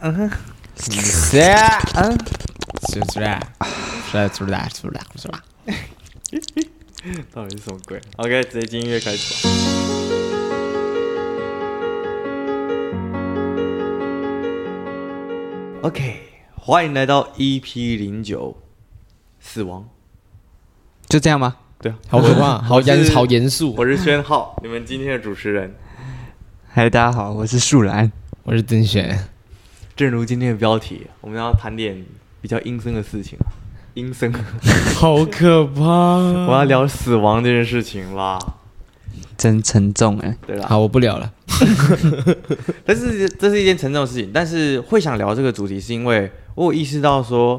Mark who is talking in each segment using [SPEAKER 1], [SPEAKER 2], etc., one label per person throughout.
[SPEAKER 1] 嗯，
[SPEAKER 2] 谁？
[SPEAKER 1] 嗯，
[SPEAKER 2] 谁谁？谁出来？出来？出来？
[SPEAKER 1] 到底是什么鬼？OK，直接进音乐开始吧。OK，欢迎来到 EP 零九，死亡。
[SPEAKER 2] 就这样嗯吗？
[SPEAKER 1] 对啊，
[SPEAKER 2] 好可怕，好严，好严
[SPEAKER 1] 我
[SPEAKER 2] 肃。
[SPEAKER 1] 是宣浩，你们今天的主持人。
[SPEAKER 3] 嗨，大家好，我是树兰。
[SPEAKER 2] 我是甄选，
[SPEAKER 1] 正如今天的标题，我们要谈点比较阴森的事 情啊，阴森。
[SPEAKER 2] 好可
[SPEAKER 1] 我
[SPEAKER 2] 怕。
[SPEAKER 1] 要聊死亡这件事情啦，
[SPEAKER 3] 真沉重哎，
[SPEAKER 1] 对啦。
[SPEAKER 2] 好，我不聊了。
[SPEAKER 1] 但是这是一件沉重的事情，但是会想聊这个主题，是因为我有意识到说，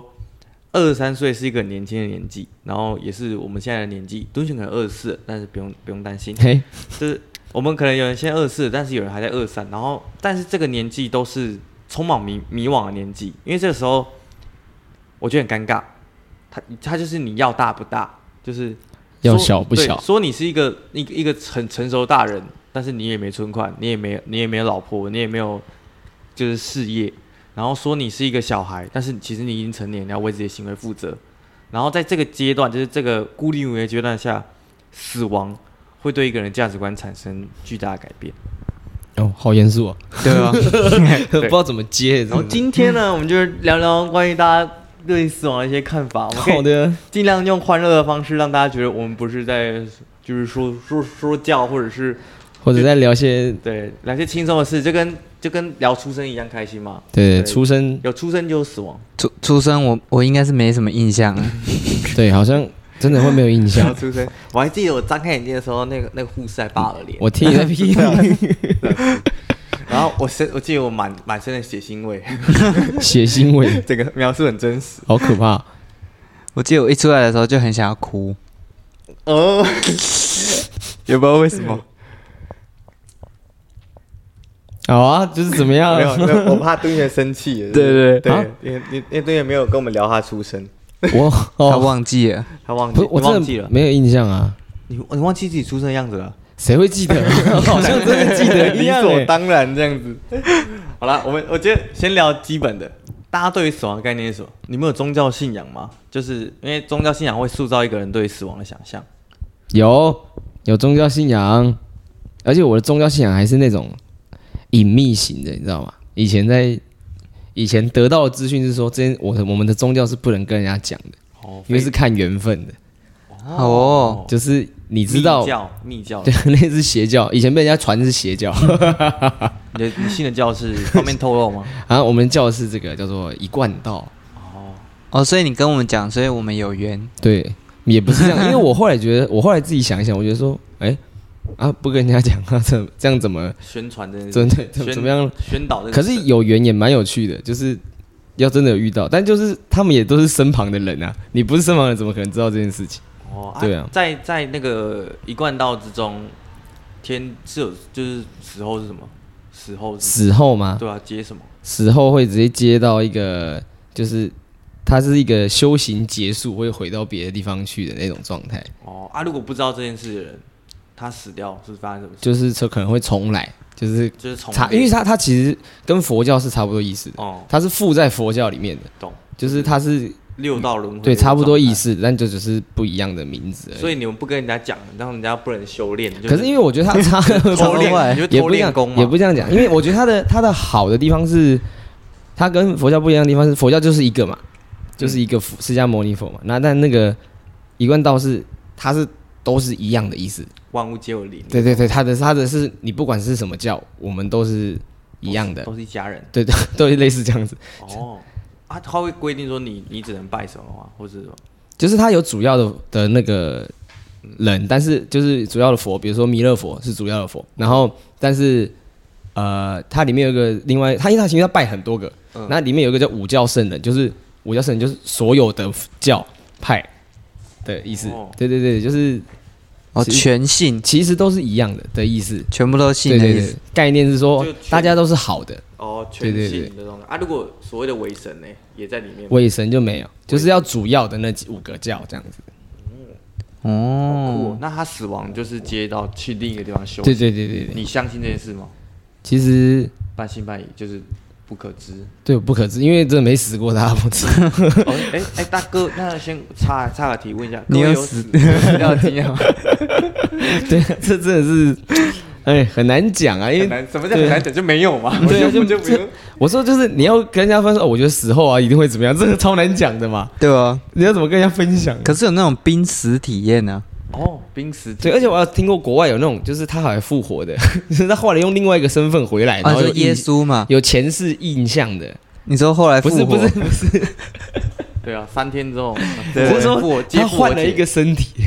[SPEAKER 1] 二十三岁是一个很年轻的年纪，然后也是我们现在的年纪。敦选可能二十四，但是不用不用担心，
[SPEAKER 2] 嘿，
[SPEAKER 1] 就是我们可能有人先二四，但是有人还在二三，然后但是这个年纪都是充满迷迷惘的年纪，因为这个时候我觉得很尴尬，他他就是你要大不大，就是
[SPEAKER 2] 要
[SPEAKER 1] 说
[SPEAKER 2] 小不
[SPEAKER 1] 对
[SPEAKER 2] 小
[SPEAKER 1] 说你是一个一个一个成成熟大人，但是你也没存款，你也没你也没有老婆，你也没有就是事业，然后说你是一个小孩，但是其实你已经成年，你要为自己的行为负责。然后在这个阶段，就是这个孤立无援的阶段下，死亡会对一个人价值观产生巨大的改变。
[SPEAKER 2] 哦，好严肃哦，
[SPEAKER 3] 对啊，
[SPEAKER 2] 不知道怎么接。
[SPEAKER 1] 然后今天呢，我们就聊聊关于大家对死亡的一些看法。我们
[SPEAKER 2] 好
[SPEAKER 1] 可以
[SPEAKER 2] 的，
[SPEAKER 1] 尽量用欢乐的方式，让大家觉得我们不是在就是说说说教，或者是
[SPEAKER 2] 或者再聊些
[SPEAKER 1] 对聊些轻松的事，就跟就跟聊出生一样开心嘛。
[SPEAKER 2] 对
[SPEAKER 1] 对
[SPEAKER 2] 出生，
[SPEAKER 1] 有出生就有死亡，
[SPEAKER 3] 出出生我我应该是没什么印象啊，
[SPEAKER 2] 对，好像真的会没有印
[SPEAKER 1] 然后
[SPEAKER 2] 象。
[SPEAKER 1] 出生，我还记得我张开眼睛的时候，那个那个护士还扒我脸，
[SPEAKER 2] 我听你的屁，
[SPEAKER 1] 然后我身我记得我满满身的血腥味，
[SPEAKER 2] 血腥味，
[SPEAKER 1] 这个描述很真实
[SPEAKER 2] 好可怕。
[SPEAKER 3] 我记得我一出来的时候就很想要哭，
[SPEAKER 1] 哦。
[SPEAKER 3] 也不知道为什么。
[SPEAKER 2] 好啊，就是怎么样
[SPEAKER 1] 没？有，没有我怕敦元 生气。就是
[SPEAKER 3] 对对
[SPEAKER 1] 对
[SPEAKER 2] 啊，
[SPEAKER 1] 因为因为因为敦元没有跟我们聊他出生，
[SPEAKER 2] 我
[SPEAKER 3] 他
[SPEAKER 2] 哦，
[SPEAKER 3] 忘记了，
[SPEAKER 1] 他忘
[SPEAKER 2] 不
[SPEAKER 1] 记，
[SPEAKER 2] 是，我
[SPEAKER 1] 你忘
[SPEAKER 2] 真
[SPEAKER 1] 记
[SPEAKER 2] 的
[SPEAKER 1] 了，
[SPEAKER 2] 没有印象啊。
[SPEAKER 1] 你你忘记自己出生的样子 了，
[SPEAKER 2] 谁会记得？好像真的记得 一
[SPEAKER 1] 理
[SPEAKER 2] 样欸。
[SPEAKER 1] 所当然这样子。 好了，我们我觉得先聊基本的，大家对于死亡的概念是什么？你们有宗教信仰吗？就是因为宗教信仰会塑造一个人对于死亡的想象。
[SPEAKER 2] 有有宗教信仰，而且我的宗教信仰还是那种隐秘型的，你知道吗？以前在以前得到的资讯是说，之前我的我们的宗教是不能跟人家讲的，
[SPEAKER 1] 哦
[SPEAKER 2] 因为是看缘分的，
[SPEAKER 3] 好哦，
[SPEAKER 2] 就是你知道
[SPEAKER 1] 密，教密教，
[SPEAKER 2] 对， 那是邪教，以前被人家传是邪 教，
[SPEAKER 1] 你的你信的教是方便透露吗？
[SPEAKER 2] 然后啊我们教的是这个叫做一贯道，
[SPEAKER 3] 哦，所以你跟我们讲，所以我们有缘。
[SPEAKER 2] 对，也不是这样，因为我后来觉得，我后来自己想一想，我觉得说，哎、啊，不跟人家讲啊，怎这样怎么
[SPEAKER 1] 宣传这件
[SPEAKER 2] 真
[SPEAKER 1] 事，
[SPEAKER 2] 的怎么
[SPEAKER 1] 宣
[SPEAKER 2] 怎么样
[SPEAKER 1] 宣导这个
[SPEAKER 2] 可
[SPEAKER 1] 神？
[SPEAKER 2] 是有缘也蛮有趣的，就是要真的有遇到，但就是他们也都是身旁的人啊，你不是身旁人怎么可能知道这件事情？
[SPEAKER 1] 哦，
[SPEAKER 2] 对啊
[SPEAKER 1] 在在那个一贯道之中，天是有就是死后是什么？死后是
[SPEAKER 2] 死后吗？
[SPEAKER 1] 对啊，接什么？
[SPEAKER 2] 死后会直接接到一个，就是它是一个修行结束会回到别的地方去的那种状态，
[SPEAKER 1] 哦啊，如果不知道这件事的人，他死掉是发生什么事？
[SPEAKER 2] 就是车可能会重来，就是
[SPEAKER 1] 就是从
[SPEAKER 2] 差，因为它它其实跟佛教是差不多意思的，
[SPEAKER 1] 哦
[SPEAKER 2] 它是附在佛教里面的，
[SPEAKER 1] 懂
[SPEAKER 2] 就是它是
[SPEAKER 1] 六道轮回
[SPEAKER 2] 对差不多意
[SPEAKER 1] 思。
[SPEAKER 2] 思，但就只是不一样的名字而已。
[SPEAKER 1] 所以你们不跟人家讲，让人家不能修炼。就
[SPEAKER 2] 可是因为我觉得它差
[SPEAKER 1] 偷练，你就
[SPEAKER 2] 也
[SPEAKER 1] 偷
[SPEAKER 2] 不这
[SPEAKER 1] 练
[SPEAKER 2] 样
[SPEAKER 1] 功嘛，
[SPEAKER 2] 也不这样讲，因为我觉得它的它的好的地方是，它跟佛教不一样的地方是，佛教就是一个嘛，就是一个佛释迦牟尼佛嘛。那但那个一贯道是，它是都是一样的意思。
[SPEAKER 1] 万物皆有灵，
[SPEAKER 2] 对对对，它的它的是你不管是什么教，我们都是一样的，
[SPEAKER 1] 都是一家人。
[SPEAKER 2] 对对， 都是类似这样子。
[SPEAKER 1] 哦啊，他会规定说你你只能拜什么吗？或是什么？
[SPEAKER 2] 就是它有主要的的那个人，但是就是主要的佛，比如说弥勒佛是主要的佛，然后但是呃，它里面有一个另外，它因为它其实要拜很多个，
[SPEAKER 1] 嗯
[SPEAKER 2] 那里面有一个叫五教圣人，就是五教圣人就是所有的教派的意思，
[SPEAKER 1] 哦
[SPEAKER 2] 对对对，就是
[SPEAKER 3] 哦，
[SPEAKER 2] 其实
[SPEAKER 3] 全信，
[SPEAKER 2] 其实都是一样的的意思，
[SPEAKER 3] 全部都信
[SPEAKER 2] 对
[SPEAKER 3] 的
[SPEAKER 2] 对
[SPEAKER 3] 意
[SPEAKER 2] 对
[SPEAKER 3] 思。，
[SPEAKER 2] 概念是说
[SPEAKER 1] 就全
[SPEAKER 2] 大家都是好的，
[SPEAKER 1] 哦，全
[SPEAKER 2] 对对
[SPEAKER 1] 信的那种啊。如果所谓的伪神呢，也在里面吗。
[SPEAKER 2] 伪神就没有，就是要主要的那几五个教这样子，嗯
[SPEAKER 1] 好酷
[SPEAKER 3] 哦，
[SPEAKER 1] 哦那他死亡就是接到去另一个地方修。
[SPEAKER 2] 对对对对对，
[SPEAKER 1] 你相信这件事吗？
[SPEAKER 2] 其实
[SPEAKER 1] 半信半疑，就是不可 知。
[SPEAKER 2] 对，不可知，因为真的没死过，大家不知道。
[SPEAKER 1] 哦，哎哎，大哥，那先插插个题问一下，
[SPEAKER 3] 你
[SPEAKER 1] 各位
[SPEAKER 3] 有
[SPEAKER 1] 有
[SPEAKER 3] 死
[SPEAKER 1] 死 过
[SPEAKER 3] 要听啊吗？
[SPEAKER 2] 对，啊这真的是，哎，很难讲啊，因
[SPEAKER 1] 很
[SPEAKER 2] 为
[SPEAKER 1] 难，什么叫很难讲就没有嘛？我
[SPEAKER 2] 对啊
[SPEAKER 1] 就就不用。
[SPEAKER 2] 我说就是你要跟人家分说，哦，我觉得死后啊一定会怎么样，这 个超难讲的嘛。
[SPEAKER 3] 对啊，
[SPEAKER 2] 你要怎么跟人家分享？
[SPEAKER 3] 可是有那种濒死体验啊呢、
[SPEAKER 1] 哦，濒死体
[SPEAKER 2] 对，啊而且我还听过国外有那种，就是他好像复活的， 就是他后来用另外一个身份回来，
[SPEAKER 3] 啊，
[SPEAKER 2] 然
[SPEAKER 3] 你
[SPEAKER 2] 后
[SPEAKER 3] 说
[SPEAKER 2] 有
[SPEAKER 3] 耶
[SPEAKER 2] 印
[SPEAKER 3] 稣嘛？
[SPEAKER 2] 有前世印象的，
[SPEAKER 3] 你说后来复
[SPEAKER 2] 不
[SPEAKER 3] 活？
[SPEAKER 2] 是不是不是，
[SPEAKER 1] 对啊，三天之后，
[SPEAKER 3] 对
[SPEAKER 2] 我是
[SPEAKER 1] 复活
[SPEAKER 2] 说
[SPEAKER 1] 接
[SPEAKER 2] 他
[SPEAKER 1] 复活
[SPEAKER 2] 换了
[SPEAKER 1] 节
[SPEAKER 2] 一个，身体，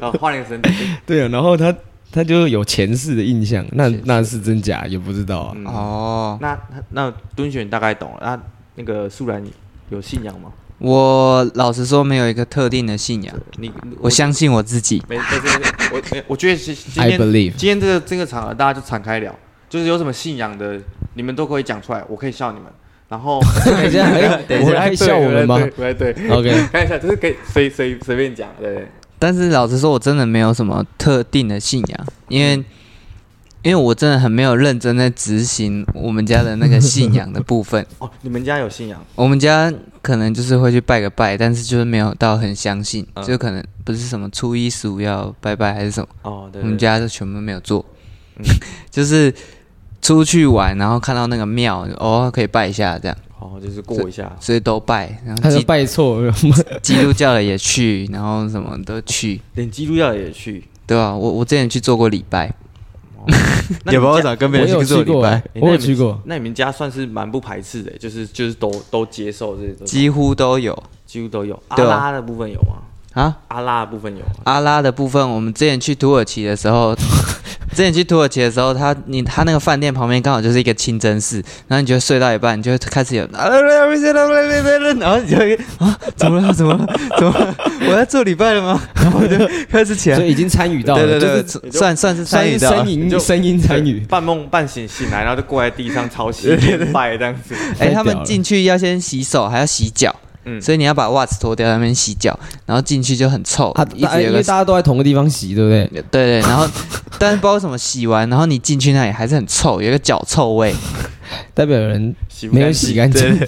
[SPEAKER 1] 然后换了一个身体，
[SPEAKER 2] 对啊，然后他他就有前世的印象，那那是真假也不知道啊。
[SPEAKER 1] 嗯
[SPEAKER 3] 哦，
[SPEAKER 1] 那那敦选大概懂了，那那个素然有信仰吗？
[SPEAKER 3] 我老实说没有一个特定的信仰，
[SPEAKER 1] 你
[SPEAKER 3] 我相信我自己。
[SPEAKER 1] 没没事没事，我没我觉得 是今
[SPEAKER 2] I
[SPEAKER 1] 天
[SPEAKER 2] believe
[SPEAKER 1] 今天这个这个场合大家就敞开聊，就是有什么信仰的，你们都可以讲出来，我可以笑你们。然后
[SPEAKER 2] 等一下，哎
[SPEAKER 1] 等一
[SPEAKER 2] 我
[SPEAKER 1] 下
[SPEAKER 2] 还笑我们吗
[SPEAKER 1] 对，对对，对
[SPEAKER 2] ？OK，
[SPEAKER 1] 看一下，就是可以随随随便讲，对对。
[SPEAKER 3] 但是老实说，我真的没有什么特定的信仰，因
[SPEAKER 1] 嗯
[SPEAKER 3] 为因为我真的很没有认真在执行我们家的那个信仰的 部分。
[SPEAKER 1] 哦，你们家有信仰？
[SPEAKER 3] 我们家可能就是会去拜个拜，但是就是没有到很相信，
[SPEAKER 1] 嗯
[SPEAKER 3] 就可能不是什么初一十五要拜拜还是什么，
[SPEAKER 1] 哦，对
[SPEAKER 3] 我们家就全部没有做
[SPEAKER 1] 嗯，
[SPEAKER 3] 就是出去玩，然后看到那个庙，哦可以拜一下这样，
[SPEAKER 1] 哦，就是过一下。
[SPEAKER 3] 所以都拜，然
[SPEAKER 2] 他
[SPEAKER 3] 后
[SPEAKER 2] 是
[SPEAKER 3] 基
[SPEAKER 2] 拜错了，
[SPEAKER 3] 基督教的也去，然后什么都去，
[SPEAKER 1] 连基督教也去，
[SPEAKER 3] 对吧、我我之前去做过礼拜，
[SPEAKER 1] 那你们家
[SPEAKER 3] 找跟
[SPEAKER 2] 我有去过啊，
[SPEAKER 1] 诶那
[SPEAKER 2] 我有
[SPEAKER 1] 你们
[SPEAKER 2] 去过，
[SPEAKER 1] 那你们家算是蛮不排斥的，就是就是都都接受这些，
[SPEAKER 3] 几乎都有
[SPEAKER 1] 几乎都有。阿
[SPEAKER 3] 对啊
[SPEAKER 1] 拉的部分有吗？
[SPEAKER 3] 啊。
[SPEAKER 1] 阿拉的部分有吗？
[SPEAKER 3] 阿拉的部分，我们之前去土耳其的时候， 之前去土耳其的时候，他你他那个饭店旁边刚好就是一个清真寺，然后你就会睡到一半，你就会开始有，啊然后你就会啊，怎么了？怎么了？ 怎么了？我要做礼拜了吗？ 然后我就开始起来
[SPEAKER 2] 所，以已经参与到
[SPEAKER 3] 对
[SPEAKER 2] 了，
[SPEAKER 3] 对对，
[SPEAKER 2] 就是
[SPEAKER 3] 对算算是参与到
[SPEAKER 2] 声。
[SPEAKER 1] 你
[SPEAKER 2] 音
[SPEAKER 1] 就
[SPEAKER 2] 声音参与，
[SPEAKER 1] 半梦半醒醒来，然后就跪在地上抄袭连拜这样子。
[SPEAKER 3] 哎、他
[SPEAKER 2] 太屌
[SPEAKER 3] 们
[SPEAKER 2] 了
[SPEAKER 3] 进去要先洗手，还要洗脚，
[SPEAKER 1] 嗯
[SPEAKER 3] 所以你要把袜子脱掉，在那边洗脚，然后进去就很臭，
[SPEAKER 2] 啊，
[SPEAKER 3] 一
[SPEAKER 2] 大
[SPEAKER 3] 直
[SPEAKER 2] 因
[SPEAKER 3] 有
[SPEAKER 2] 为
[SPEAKER 3] 个
[SPEAKER 2] 大家都在同个地方洗，对不对？
[SPEAKER 3] 对对，然后但是不知道为什么洗完，然后你进去那里还是很臭，有一个脚臭 味，
[SPEAKER 2] 代表有人
[SPEAKER 1] 洗不
[SPEAKER 2] 没有
[SPEAKER 1] 干
[SPEAKER 2] 洗
[SPEAKER 1] 净
[SPEAKER 2] 干净，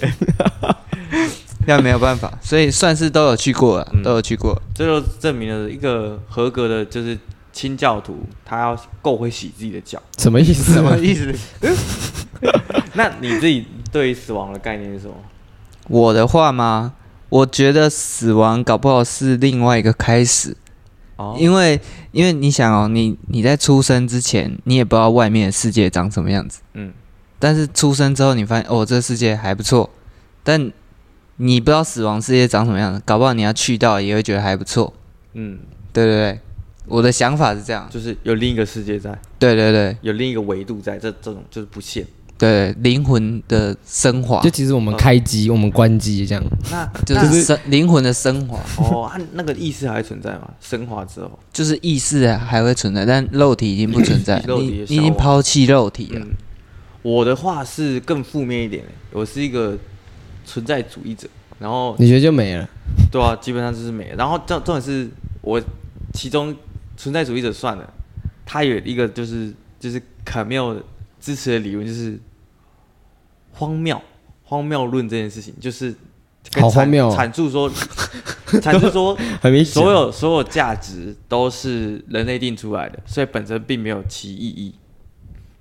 [SPEAKER 3] 那没有办法，所以算是都有去过了，
[SPEAKER 1] 嗯
[SPEAKER 3] 都有去过。
[SPEAKER 1] 这就证明了一个合格的，就是清教徒，他要够会洗自己的脚。
[SPEAKER 2] 什么意思？
[SPEAKER 1] 意思？那你自己对死亡的概念是什么？
[SPEAKER 3] 我的话嘛，我觉得死亡搞不好是另外一个开始，
[SPEAKER 1] 哦，
[SPEAKER 3] 因为因为你想哦，你你在出生之前，你也不知道外面的世界长什么样子，
[SPEAKER 1] 嗯，
[SPEAKER 3] 但是出生之后，你发现哦，这世界还不错，但你不知道死亡世界长什么样子，搞不好你要去到也会觉得还不错。
[SPEAKER 1] 嗯，
[SPEAKER 3] 对对对，我的想法是这样。
[SPEAKER 1] 就是有另一个世界在，
[SPEAKER 3] 对对对
[SPEAKER 1] 有另一个维度在，这这种就是不限。
[SPEAKER 3] 对，灵魂的升华
[SPEAKER 2] 就，其实我们开机，我们关机这样，
[SPEAKER 1] 那
[SPEAKER 3] 就
[SPEAKER 1] 那
[SPEAKER 3] 是升灵魂的升华，
[SPEAKER 1] 哦，啊那个意识还存在吗？升华之后，，
[SPEAKER 3] 就是意识还会存在，但肉体已经不存在
[SPEAKER 1] 肉体
[SPEAKER 3] 你
[SPEAKER 1] 也
[SPEAKER 3] 你已
[SPEAKER 1] 消
[SPEAKER 3] 经
[SPEAKER 1] 亡
[SPEAKER 3] 抛弃肉体了。
[SPEAKER 1] 嗯，我的话是更负面一点，我是一个存在主义者，然后
[SPEAKER 2] 你觉得就没了？
[SPEAKER 1] 对啊，基本上就是没了。然后重重点是我其中存在主义者算了，他有一个就是就是卡缪支持的理论就是荒谬荒谬论这件事情，就是跟
[SPEAKER 2] 好
[SPEAKER 1] 阐
[SPEAKER 2] 荒谬哦
[SPEAKER 1] 阐述说 阐述说
[SPEAKER 2] 还没
[SPEAKER 1] 所有所有价值都是人类定出来的，所以本身并没有其意义。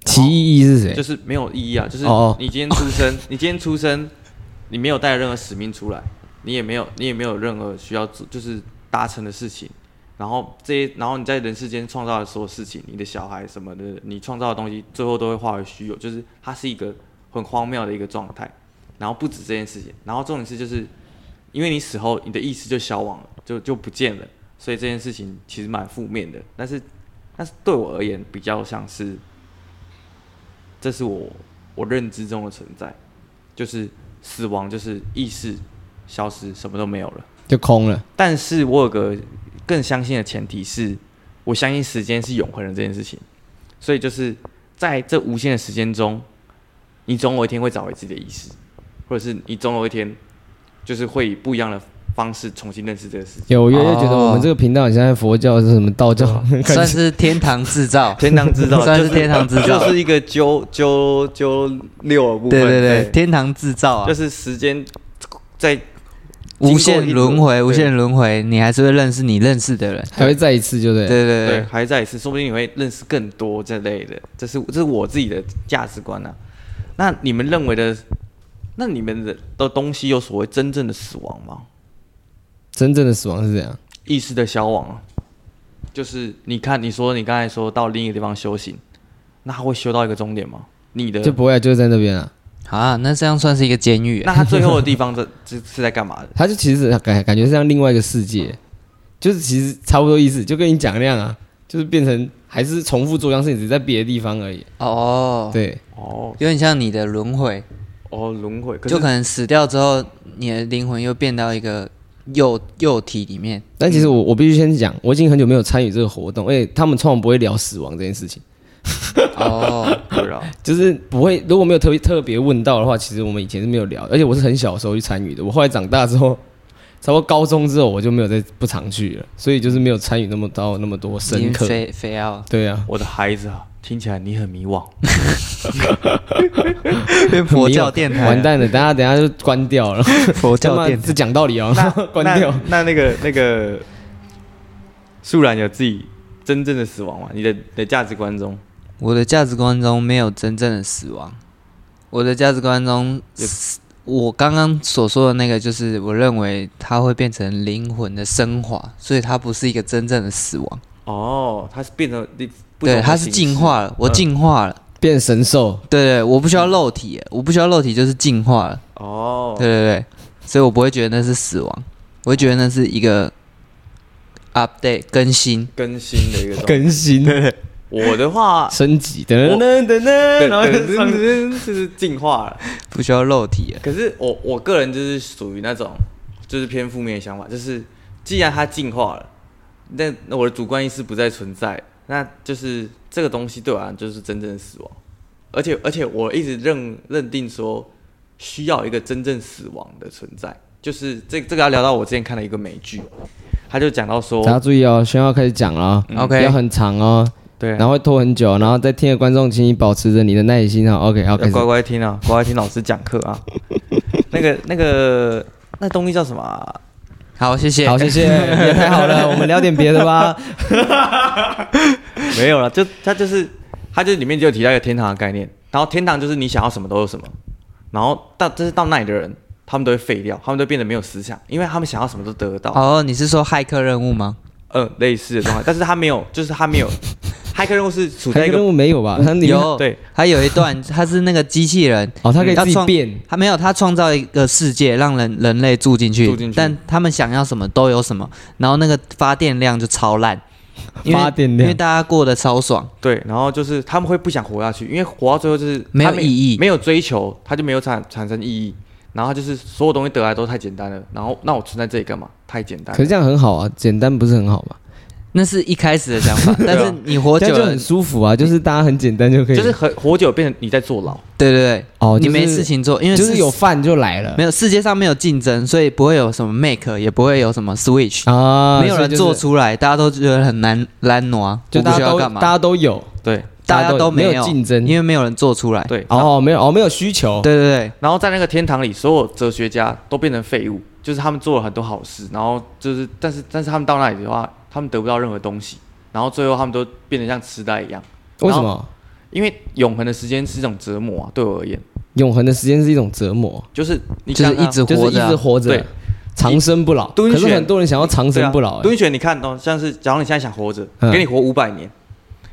[SPEAKER 2] 其意义是谁？
[SPEAKER 1] 就是没有意义啊，就是
[SPEAKER 2] 哦哦
[SPEAKER 1] 你今天出生， 你今天出生，你没有带任何使命出来，你也没有你也没有任何需要做就是达成的事情，然后这些然后你在人世间创造的所有事情，你的小孩什么的，你创造的东西最后都会化为虚有，就是它是一个很荒谬的一个状态。然后不止这件事情，然后重点是就是因为你死后你的意识就消亡了，就就不见了，所以这件事情其实蛮负面的，但是但是对我而言比较像是。这是我我认知中的存在，就是死亡，就是意识消失，什么都没有了。
[SPEAKER 2] 就空了。
[SPEAKER 1] 但是我有个更相信的前提是，我相信时间是永恒的这件事情，所以就是在这无限的时间中，你总有一天会找回自己的意识，或者是你总有一天就是会以不一样的方式重新认识这个世界。
[SPEAKER 2] 有，我越来越觉得
[SPEAKER 3] 哦
[SPEAKER 2] 我们这个频道很像在佛教是什么道教，
[SPEAKER 3] 算是天堂制造，
[SPEAKER 1] 天堂制造
[SPEAKER 3] 算是
[SPEAKER 1] 就是
[SPEAKER 3] 天堂制造，
[SPEAKER 1] 就是一个揪揪揪六的部分，
[SPEAKER 3] 对对对，天堂制造啊
[SPEAKER 1] 就，是时间在
[SPEAKER 3] 无限轮回，
[SPEAKER 1] 经过一轮
[SPEAKER 3] 无限轮回，你还是会认识你认识的人，
[SPEAKER 2] 还会再一次，就对
[SPEAKER 3] 对
[SPEAKER 2] 了。
[SPEAKER 3] 对
[SPEAKER 1] 对
[SPEAKER 3] 对，
[SPEAKER 1] 还在一次，说不定你会认识更多这类的，这是这是我自己的价值观啊。那你们认为的，那你们的的东西有所谓真正的死亡吗？
[SPEAKER 2] 真正的死亡是这样，
[SPEAKER 1] 意识的消亡啊，就是你看，你说你刚才说到另一个地方修行，那他会修到一个终点吗？你的
[SPEAKER 2] 就不会啊就在那边啊。
[SPEAKER 3] 啊，那这样算是一个监狱
[SPEAKER 1] 那
[SPEAKER 3] 欸，
[SPEAKER 1] 他最后的地方这这是在干嘛的？
[SPEAKER 2] 他就其实感感觉是像另外一个世界，就是其实差不多意思，就跟你讲那样啊，就是变成还是重复做一样事情，只是在别的地方而已。
[SPEAKER 3] 哦，
[SPEAKER 2] 对，
[SPEAKER 1] 哦
[SPEAKER 3] 有点像你的轮回，
[SPEAKER 1] 哦，轮回，可是
[SPEAKER 3] 就可能死掉之后，你的灵魂又变到一个幼幼体里面，
[SPEAKER 2] 但其实我我必须先讲，我已经很久没有参与这个活动，而且哎他们通常不会聊死亡这件事情，
[SPEAKER 3] 哦，
[SPEAKER 1] 不知道
[SPEAKER 2] 就是不会如果没有特别特别问到的话，其实我们以前是没有聊，而且我是很小的时候去参与的，我后来长大之后。 差不多高中之后，我就没有再不常去了，所以就是没有参与那么到那么多
[SPEAKER 3] 已
[SPEAKER 2] 深
[SPEAKER 3] 经
[SPEAKER 2] 刻。
[SPEAKER 3] 非非要
[SPEAKER 2] 对啊，
[SPEAKER 1] 我的孩子啊，听起来你很迷惘。
[SPEAKER 3] 变 佛教电台，
[SPEAKER 2] 完，蛋了，等下等下就关掉了。
[SPEAKER 3] 佛
[SPEAKER 2] 他
[SPEAKER 3] 教
[SPEAKER 2] 妈
[SPEAKER 3] 电台
[SPEAKER 2] 是讲道理 哦， 关掉。
[SPEAKER 1] 那那个那个，素然有自己真正的死亡吗？你的你的价值观中，
[SPEAKER 3] 我的价值观中没有真正的死亡，我的价值观中，我刚刚所说的那个就是我认为它会变成灵魂的升华，所以它不是一个真正的死亡，
[SPEAKER 1] 哦，它是变成你不
[SPEAKER 3] 对，
[SPEAKER 1] 同的
[SPEAKER 3] 它是
[SPEAKER 1] 形
[SPEAKER 3] 进
[SPEAKER 1] 式
[SPEAKER 3] 化了，我
[SPEAKER 1] 嗯
[SPEAKER 3] 进化了，
[SPEAKER 2] 变神兽，
[SPEAKER 3] 对对，我不需要肉体了，我不需要肉体就是进化了，
[SPEAKER 1] 哦，
[SPEAKER 3] 对对对，所以我不会觉得那是死亡，我会觉得那是一个 update 更新，
[SPEAKER 1] 更新的一个状态。
[SPEAKER 2] 更新、
[SPEAKER 1] 我的话，
[SPEAKER 2] 升级，等等等
[SPEAKER 1] 对
[SPEAKER 2] 等，然后
[SPEAKER 1] 对
[SPEAKER 2] 就
[SPEAKER 1] 对
[SPEAKER 2] 上去
[SPEAKER 1] 对就是进化了。
[SPEAKER 3] 不需要肉体了，
[SPEAKER 1] 可是我我个人就是属于那种就是偏负面的想法，就是既然它进化了，那那我的主观意识不再存在，那就是这个东西对我来讲就是真正的死亡。而且而且我一直认认定说需要一个真正死亡的存在，就是这这个要聊到我之前看了一个美剧，他就讲到说
[SPEAKER 2] 大，家注意哦，宣要开始讲了哦、
[SPEAKER 3] 嗯 OK
[SPEAKER 2] 不要很长哦，
[SPEAKER 1] 对
[SPEAKER 2] 然后会拖很久，然后在听的观众，请你保持着你的耐心哦。OK，好，
[SPEAKER 1] 要
[SPEAKER 2] 开始
[SPEAKER 1] 乖。乖听啊，乖乖听老师讲课啊。那个那个那东西叫什么啊、
[SPEAKER 3] 好，谢谢，
[SPEAKER 2] 好，谢 谢，也太好了，我们聊点别的吧。
[SPEAKER 1] 没有了，就它就是它就是里面就有提到一个天堂的概念，然后天堂就是你想要什么都有什么，然后到这是到那里的人，他们都会废掉，他们都变得没有思想，因为他们想要什么都得得到，
[SPEAKER 3] 哦，你是说骇客任务吗？
[SPEAKER 1] 嗯、类似的状态，但是他没有，就是他没有， 骇客任务是处在
[SPEAKER 2] 还
[SPEAKER 1] 一
[SPEAKER 2] 有任
[SPEAKER 1] 个
[SPEAKER 2] 务没有吧？他里面
[SPEAKER 3] 有，
[SPEAKER 1] 对，
[SPEAKER 3] 他有一 段，他是那个机器人，
[SPEAKER 2] 哦，他可以
[SPEAKER 3] 嗯要
[SPEAKER 2] 自己
[SPEAKER 3] 创
[SPEAKER 2] 变，
[SPEAKER 3] 他没有，他创造一个世界，让人人类住进去，
[SPEAKER 1] 住进去
[SPEAKER 3] 但他们想要什么都有什么，然后那个发电量就超烂，因为
[SPEAKER 2] 发电
[SPEAKER 3] 因为
[SPEAKER 2] 量。
[SPEAKER 3] 大家过得超爽，
[SPEAKER 1] 对，然后就是他们会不想活下去，因为活到最后就是
[SPEAKER 3] 没有
[SPEAKER 1] 他
[SPEAKER 3] 意义
[SPEAKER 1] 没有追求，他就没有产产生意义。然后就是所有东西得来都太简单了，然后那我存在这里干嘛？太简单
[SPEAKER 2] 可是
[SPEAKER 1] 了。
[SPEAKER 2] 这样很好啊，简单不是很好吗？
[SPEAKER 3] 那是一开始的想 法，但
[SPEAKER 1] 啊
[SPEAKER 3] 是你活
[SPEAKER 2] 这
[SPEAKER 3] 久
[SPEAKER 2] 样就
[SPEAKER 3] 了
[SPEAKER 2] 很，舒服啊，就是大家很简单就可以。
[SPEAKER 1] 就是很活久变成你在坐牢，
[SPEAKER 3] 对对对，
[SPEAKER 2] 哦，
[SPEAKER 3] 你
[SPEAKER 2] 就是
[SPEAKER 3] 没事情做，因为
[SPEAKER 2] 就是有饭就来了
[SPEAKER 3] 没有世界上没有竞争，所以不会有什么 Make，也不会有什么 Switch，、
[SPEAKER 2] 啊，
[SPEAKER 3] 没有
[SPEAKER 2] 所以
[SPEAKER 3] 人
[SPEAKER 2] 就是
[SPEAKER 3] 做出来，大家都觉得很难难挪，
[SPEAKER 2] 就
[SPEAKER 3] 我不
[SPEAKER 2] 大
[SPEAKER 3] 需
[SPEAKER 2] 家
[SPEAKER 3] 要
[SPEAKER 2] 都
[SPEAKER 3] 干嘛，
[SPEAKER 2] 大家都有，
[SPEAKER 1] 对
[SPEAKER 3] 大家都
[SPEAKER 2] 没
[SPEAKER 3] 没有
[SPEAKER 2] 竞争，
[SPEAKER 3] 因为没有人做出来，
[SPEAKER 1] 对，
[SPEAKER 2] 哦没有哦没有需求，
[SPEAKER 3] 对对对，
[SPEAKER 1] 然后在那个天堂里，所有哲学家都变成废物，就是他们做了很多好事，然后就是，但是但是他们到那里的话，他们得不到任何东西，然后最后他们都变得像痴呆一样，
[SPEAKER 2] 为什么
[SPEAKER 1] 因为永恒的时间是一种折磨啊，对我而言，
[SPEAKER 2] 永恒的时间是一种折磨？
[SPEAKER 1] 就是你
[SPEAKER 3] 就是
[SPEAKER 1] 想想
[SPEAKER 3] 一直
[SPEAKER 2] 就是
[SPEAKER 3] 活
[SPEAKER 2] 一
[SPEAKER 3] 着啊
[SPEAKER 2] 直活着
[SPEAKER 1] 对，
[SPEAKER 2] 长生不老。
[SPEAKER 1] 蹲
[SPEAKER 2] 可是
[SPEAKER 1] 选
[SPEAKER 2] 很多人想要长
[SPEAKER 1] 对
[SPEAKER 2] 生不老，
[SPEAKER 1] 啊。
[SPEAKER 2] 欸
[SPEAKER 1] 敦选，你看哦，像是假如你现在想活着，
[SPEAKER 2] 嗯
[SPEAKER 1] 给你活五百年，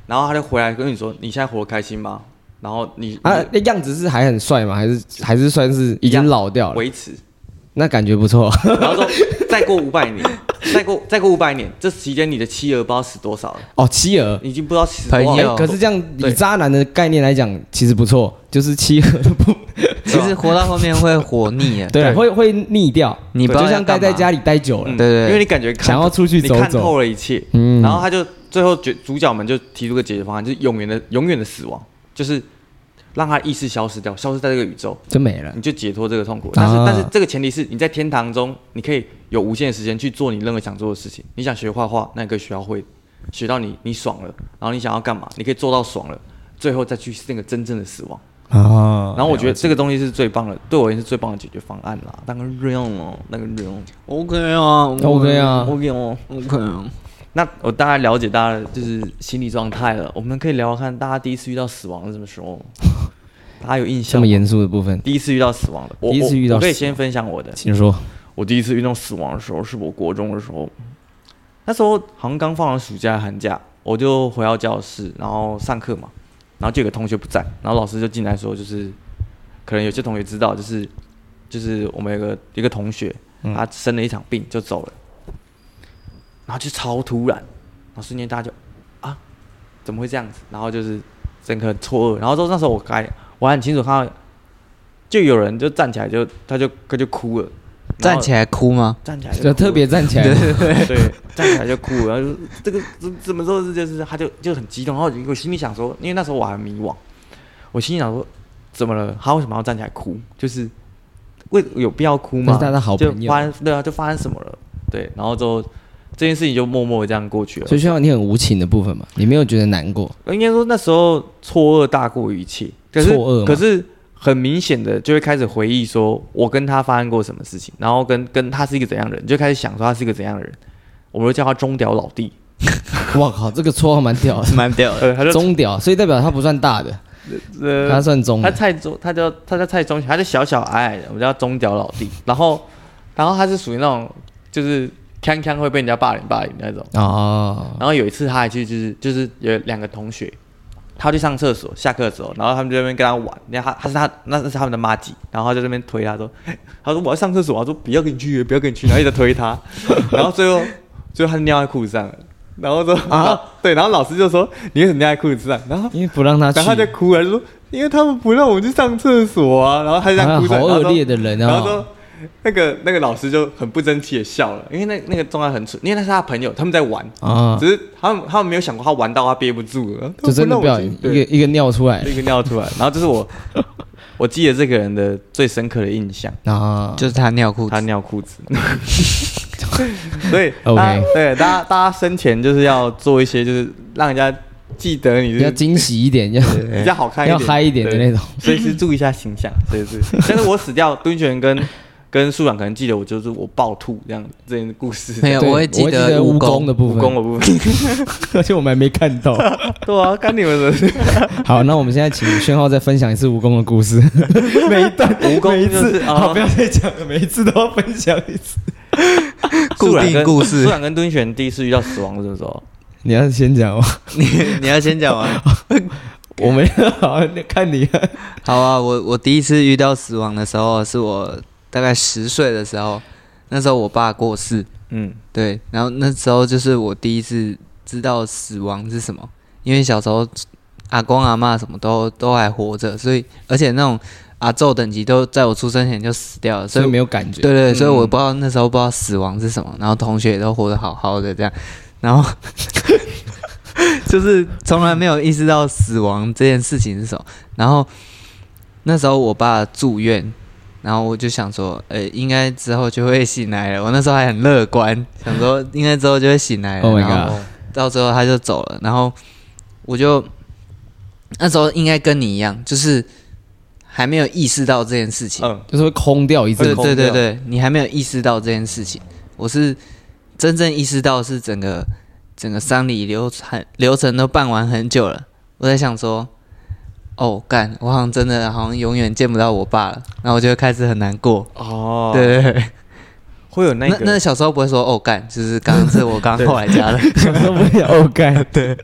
[SPEAKER 1] 然后他就回来跟你说，你现在活得开心吗？然后你
[SPEAKER 2] 啊，那样子是还很帅吗？还是还是算是已
[SPEAKER 1] 一样
[SPEAKER 2] 经老掉了？
[SPEAKER 1] 维持，
[SPEAKER 2] 那感觉不错。
[SPEAKER 1] 然后说再过五百年，再过再过五百年，这期间你的妻儿不知道死多少了，
[SPEAKER 2] 哦，妻儿。
[SPEAKER 1] 已经不知道死多
[SPEAKER 3] 朋
[SPEAKER 1] 少
[SPEAKER 3] 友
[SPEAKER 1] 了
[SPEAKER 2] 哎，可是这样以
[SPEAKER 1] 对
[SPEAKER 2] 渣男的概念来讲，其实不错，就是妻儿 的不，
[SPEAKER 3] 其实活到后面会活腻了
[SPEAKER 2] 对，啊
[SPEAKER 1] 对
[SPEAKER 2] 会会腻掉。
[SPEAKER 3] 你不知
[SPEAKER 2] 就
[SPEAKER 3] 道
[SPEAKER 2] 像
[SPEAKER 3] 要干
[SPEAKER 2] 待
[SPEAKER 3] 嘛
[SPEAKER 2] 在家里待久了
[SPEAKER 1] 嗯，
[SPEAKER 3] 对对对
[SPEAKER 1] 因为你感觉看
[SPEAKER 2] 想要出去
[SPEAKER 1] 你
[SPEAKER 2] 走
[SPEAKER 1] 看
[SPEAKER 2] 走。
[SPEAKER 1] 透了一切，
[SPEAKER 2] 嗯
[SPEAKER 1] 然后他就最后决主角们就提出个解决方案，就是永远的永远的死亡，就是让他意识消失掉，消失在这个宇宙，
[SPEAKER 2] 就没了。
[SPEAKER 1] 你就解脱这个痛苦。但是，
[SPEAKER 2] 啊
[SPEAKER 1] 但是这个前提是你在天堂中，你可以有无限的时间去做你任何想做的事情。你想学画画，那你可以学到会，学到你你爽了，然后你想要干嘛，你可以做到爽了，最后再去那个真正的死亡。
[SPEAKER 2] 哦
[SPEAKER 1] 然后我觉得这个东西是最棒的，对我而言是最棒的解决方案啦。那个 real 哦，那个 real
[SPEAKER 3] OK 啊
[SPEAKER 2] OK 啊
[SPEAKER 1] OK 哦。
[SPEAKER 3] ，OK 啊，
[SPEAKER 1] 那我大概了解大家的就是心理状态了。我们可以聊聊看，大家第一次遇到死亡是什么时 候？大家有印
[SPEAKER 2] 这
[SPEAKER 1] 象
[SPEAKER 2] 么
[SPEAKER 1] 吗？
[SPEAKER 2] 严肃的部分，
[SPEAKER 1] 第一次遇到死亡的，我
[SPEAKER 2] 第一次遇到
[SPEAKER 1] 我我可以
[SPEAKER 2] 死亡
[SPEAKER 1] 先分享我的。
[SPEAKER 2] 请说。
[SPEAKER 1] 我第一次遇到死亡的时候是我国中的时候，那时候好像刚放完暑假寒假，我就回到教室，然后上课嘛，然后就有个同学不在，然后老师就进来说，就是可能有些同学知道，就是就是我们有个一个同学，
[SPEAKER 2] 嗯
[SPEAKER 1] 他生了一场病就走了，然后就超突然，然后瞬间大家就啊怎么会这样子？然后就是整个很错愕，然后之后那时候我还我还很清楚看到，就有人就站起来就他就他就哭了。然
[SPEAKER 3] 站
[SPEAKER 1] 后
[SPEAKER 3] 起来哭吗？
[SPEAKER 1] 站起来
[SPEAKER 2] 就特别站起来，
[SPEAKER 1] 对对，站起来就哭了，然后就这个怎怎么说是就是他就就很激动，然后我心里想说，因为那时候我还迷惘，我心里想说怎么了？他为什么要站起来哭？就是为有必要哭
[SPEAKER 2] 那
[SPEAKER 1] 吗？
[SPEAKER 2] 是他的好
[SPEAKER 1] 就
[SPEAKER 2] 朋友
[SPEAKER 1] 发生对啊，就发生什么了？对，然后之后这件事情就默默地这样过去了
[SPEAKER 2] 所。以需要你很无情的部分嘛，你没有觉得难过，
[SPEAKER 1] 应该说那时候错愕大过于一切，可是
[SPEAKER 2] 错愕吗
[SPEAKER 1] 可是很明显的就会开始回忆说，我跟他发生过什么事情，然后跟跟他是一个怎样的人，你就开始想说他是一个怎样的人，我们就叫他中屌老弟，
[SPEAKER 2] 哇靠，这个绰号蛮屌 的，
[SPEAKER 3] 蛮屌的，
[SPEAKER 1] 呃，他就
[SPEAKER 2] 中屌，所以代表他不算大的，他
[SPEAKER 1] 呃
[SPEAKER 2] 算中
[SPEAKER 1] 他
[SPEAKER 2] 的，
[SPEAKER 1] 蔡中，他叫他叫蔡中，他是小小矮矮的，我们叫中屌老弟，然后然后他是属于那种就是康康会被人家霸凌霸凌那种。
[SPEAKER 2] 哦，
[SPEAKER 1] 然后有一次他还去就是就是有两个同学，他去上厕所，下课的时候，然后他们就在那边跟他玩，然后他他是他那是他们的妈吉，然后他就在那边推他说， 他说我要上厕所，啊我说不要跟你去，不要跟你去，然后一直推他， 然后最后最后他尿在裤子上了，然后说啊 对，然后老师就说你为什么尿在裤子上？然后
[SPEAKER 2] 因为不让啊他去
[SPEAKER 1] 然后他就哭了，就说因为他们不让我去上厕所啊，然后他就这
[SPEAKER 2] 啊
[SPEAKER 1] 样哭
[SPEAKER 2] 好
[SPEAKER 1] 着，然后
[SPEAKER 2] 恶
[SPEAKER 1] 说
[SPEAKER 2] 劣的人
[SPEAKER 1] 然后
[SPEAKER 2] 啊
[SPEAKER 1] 说，那个那个老师就很不争气的笑了，因为那那个状态很蠢，因为那是他的朋友，他们在玩，
[SPEAKER 2] 啊，
[SPEAKER 1] 只是他们他们没有想过他玩到他憋不住了，
[SPEAKER 2] 就真的不要
[SPEAKER 1] 一
[SPEAKER 2] 一个一个尿出来
[SPEAKER 1] 一个尿出来，然后这是我我记得这个人的最深刻的印象，
[SPEAKER 2] 啊，
[SPEAKER 3] 就是他尿裤
[SPEAKER 1] 他
[SPEAKER 3] 子，
[SPEAKER 1] 尿裤子。所以
[SPEAKER 2] OK
[SPEAKER 1] 大家对大家大家生前就是要做一些就是让人家记得你
[SPEAKER 2] 要
[SPEAKER 1] 是
[SPEAKER 2] 惊喜一点，要
[SPEAKER 1] 比较好看一
[SPEAKER 2] 要
[SPEAKER 1] 点、
[SPEAKER 2] 嗨一点的
[SPEAKER 1] 对
[SPEAKER 2] 那种，
[SPEAKER 1] 所以是注意一下形象，对对。但是我死掉，敦泉跟跟树长可能记得我就是我暴吐这样这件故事，
[SPEAKER 3] 没有，
[SPEAKER 2] 对
[SPEAKER 3] 我
[SPEAKER 2] 我
[SPEAKER 3] 会记
[SPEAKER 2] 得
[SPEAKER 3] 得
[SPEAKER 2] 蜈蚣
[SPEAKER 3] 蚣
[SPEAKER 2] 的部
[SPEAKER 1] 武功
[SPEAKER 2] 分，
[SPEAKER 1] 的部分。
[SPEAKER 2] 而且我们还没看 到。
[SPEAKER 1] 对啊，干你们的事。
[SPEAKER 2] 好，那我们现在请宣浩再分享一次蜈蚣的故事， 每一段
[SPEAKER 1] 蜈蚣
[SPEAKER 2] 每一
[SPEAKER 1] 就是
[SPEAKER 2] 次，
[SPEAKER 1] 啊
[SPEAKER 2] 好，不要再讲了，每一次都要分享一 次。
[SPEAKER 3] 固定故事
[SPEAKER 1] 树。长跟敦泉第一次遇到死亡是什么时候？
[SPEAKER 2] 你要先讲哦 吗？
[SPEAKER 3] 你 你要先讲完。
[SPEAKER 2] 我没有，好，看你啊
[SPEAKER 3] 好啊，我我第一次遇到死亡的时候，是我大概十岁的时候，那时候我爸过世，
[SPEAKER 1] 嗯，
[SPEAKER 3] 对，然后那时候就是我第一次知道死亡是什么，因为小时候阿公阿嬷什么都都还活着，所以而且那种阿昼等级都在我出生前就死掉了，
[SPEAKER 2] 所
[SPEAKER 3] 所以
[SPEAKER 2] 以没有感觉。
[SPEAKER 3] 对对，所以我
[SPEAKER 1] 嗯
[SPEAKER 3] 不知道那时候不知道死亡是什么，然后同学也都活得好好的这样，然后 就是从来没有意识到死亡这件事情是什么。然后那时候我爸住院，然后我就想说，呃，应该之后就会醒来了。我那时候还很乐观，想说应该之后就会醒来了。
[SPEAKER 2] Oh my
[SPEAKER 3] 然后
[SPEAKER 1] 哦
[SPEAKER 2] god
[SPEAKER 3] 到最后他就走了，然后我就那时候应该跟你一样，就是还没有意识到这件事情。
[SPEAKER 1] 嗯，
[SPEAKER 2] 就是哦会空掉一
[SPEAKER 3] 对
[SPEAKER 2] 阵
[SPEAKER 1] 空
[SPEAKER 2] 子。
[SPEAKER 3] 对对
[SPEAKER 1] 掉
[SPEAKER 3] 对，你还没有意识到这件事情。我是真正意识到是整个整个丧礼流程流程都办完很久了，我在想说，哦，干，我好像真的好像永远见不到我爸了，然后我就会开始很难过。
[SPEAKER 1] 哦，，
[SPEAKER 3] 对对对，
[SPEAKER 1] 会有那
[SPEAKER 3] 那
[SPEAKER 1] 个
[SPEAKER 3] 那小时候不会说哦干，就是刚刚是我刚
[SPEAKER 1] 对
[SPEAKER 3] 后来加的，
[SPEAKER 2] 想 说不哦要 OK，对，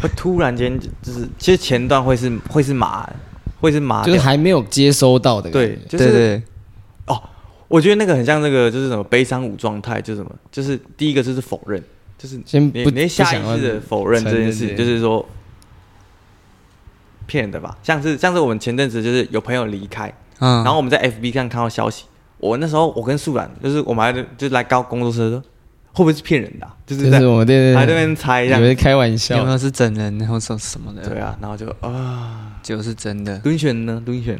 [SPEAKER 1] 会突然间就是，其实前段会是会是麻的，会是麻
[SPEAKER 2] 就
[SPEAKER 1] 掉
[SPEAKER 2] 是，还没有接收到的。
[SPEAKER 1] 对，，就
[SPEAKER 3] 对
[SPEAKER 1] 是
[SPEAKER 3] 对
[SPEAKER 1] 我觉得那个很像那个就是什么悲伤五状态，就是什么，就是第一个就是否认，就是
[SPEAKER 2] 先
[SPEAKER 1] 你
[SPEAKER 2] 不
[SPEAKER 1] 你下意识的
[SPEAKER 2] 不想
[SPEAKER 1] 否认这件
[SPEAKER 2] 承
[SPEAKER 1] 事，
[SPEAKER 2] 认这件事
[SPEAKER 1] 就是说骗人的吧？像是像是我们前阵子就是有朋友离开，
[SPEAKER 3] 嗯，
[SPEAKER 1] 然后我们在 FB 上看到消息，我那时候我跟素然就是我们还就来高工作室说，会不会是骗人的啊、就是
[SPEAKER 2] 就
[SPEAKER 1] 在
[SPEAKER 2] 是我们对
[SPEAKER 1] 还
[SPEAKER 2] 对
[SPEAKER 1] 在那
[SPEAKER 2] 对，
[SPEAKER 1] 边猜一
[SPEAKER 2] 以
[SPEAKER 1] 下，
[SPEAKER 2] 为开玩
[SPEAKER 3] 有没
[SPEAKER 2] 笑，
[SPEAKER 3] 有是整人或者什么的？
[SPEAKER 1] 对啊，然后就啊，
[SPEAKER 3] 就是真的。
[SPEAKER 1] 蹲选呢？蹲选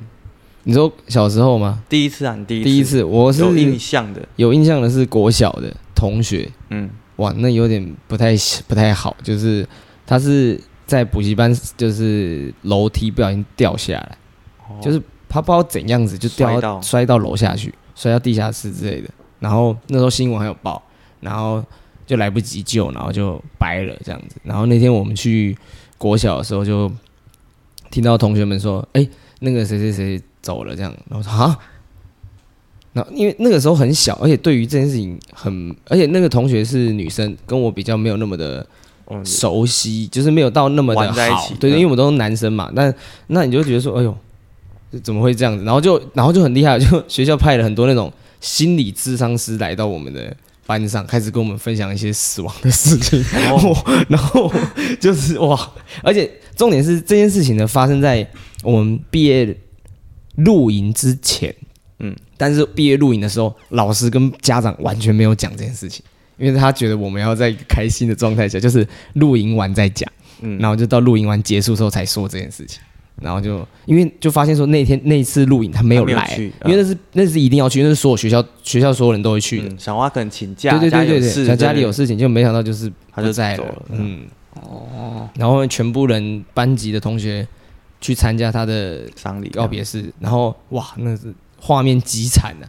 [SPEAKER 2] 你说小时候吗？
[SPEAKER 1] 第一次啊，你第一次
[SPEAKER 2] 第一次我是
[SPEAKER 1] 有印象的，
[SPEAKER 2] 有印象的是国小的同学，
[SPEAKER 1] 嗯，
[SPEAKER 2] 哇，那有点不太不太好，就是他是在补习班，就是楼梯不小心掉下来，
[SPEAKER 1] 哦
[SPEAKER 2] 就是他不知道怎样子就掉
[SPEAKER 1] 摔到
[SPEAKER 2] 摔到楼下去，摔到地下室之类的。然后那时候新闻还有报，然后就来不及救，然后就掰了这样子。然后那天我们去国小的时候，就听到同学们说：“哎、那个谁谁谁走了。”这样，然后我说：“啊。”然后因为那个时候很小，而且对于这件事情很，而且那个同学是女生，跟我比较没有那么的
[SPEAKER 1] 嗯，
[SPEAKER 2] 熟悉，就是没有到那么的
[SPEAKER 1] 玩在一
[SPEAKER 2] 好
[SPEAKER 1] 起，
[SPEAKER 2] 对，
[SPEAKER 1] 嗯
[SPEAKER 2] 因为我们都是男生嘛，那那你就觉得说，哎呦，这怎么会这样子？然后就然后就很厉害，就学校派了很多那种哎心理智商师来到我们的班上，开始跟我们分享一些死亡的事情，然
[SPEAKER 1] 哦
[SPEAKER 2] 后 然后就是哇，而且重点是这件事情呢发生在我们毕业露营之前，嗯
[SPEAKER 1] 嗯，
[SPEAKER 2] 但是毕业露营的时候，老师跟家长完全没有讲这件事情。因为他觉得我们要在一个开心的状态下，就是露营完再讲，
[SPEAKER 1] 嗯
[SPEAKER 2] 然后就到露营完结束之后才说这件事情。然后就因为就发现说那天那一次露营他没有
[SPEAKER 1] 他没有
[SPEAKER 2] 来，
[SPEAKER 1] 去
[SPEAKER 2] 因
[SPEAKER 1] 啊
[SPEAKER 2] 为那是那是一定要去，那是所有学校学校所有人都会去的。
[SPEAKER 1] 嗯，小花可能请假，
[SPEAKER 2] 对对
[SPEAKER 1] 家
[SPEAKER 2] 对
[SPEAKER 1] 里有
[SPEAKER 2] 对
[SPEAKER 1] 事
[SPEAKER 2] 对，他家里有
[SPEAKER 1] 对
[SPEAKER 2] 事情，就没想到就是
[SPEAKER 1] 他就
[SPEAKER 2] 不在
[SPEAKER 1] 走
[SPEAKER 2] 了
[SPEAKER 1] 了，
[SPEAKER 2] 嗯，哦，然后全部人班级的同学去参加他的
[SPEAKER 1] 丧礼
[SPEAKER 2] 告别式，然后哇，那是画面极惨的、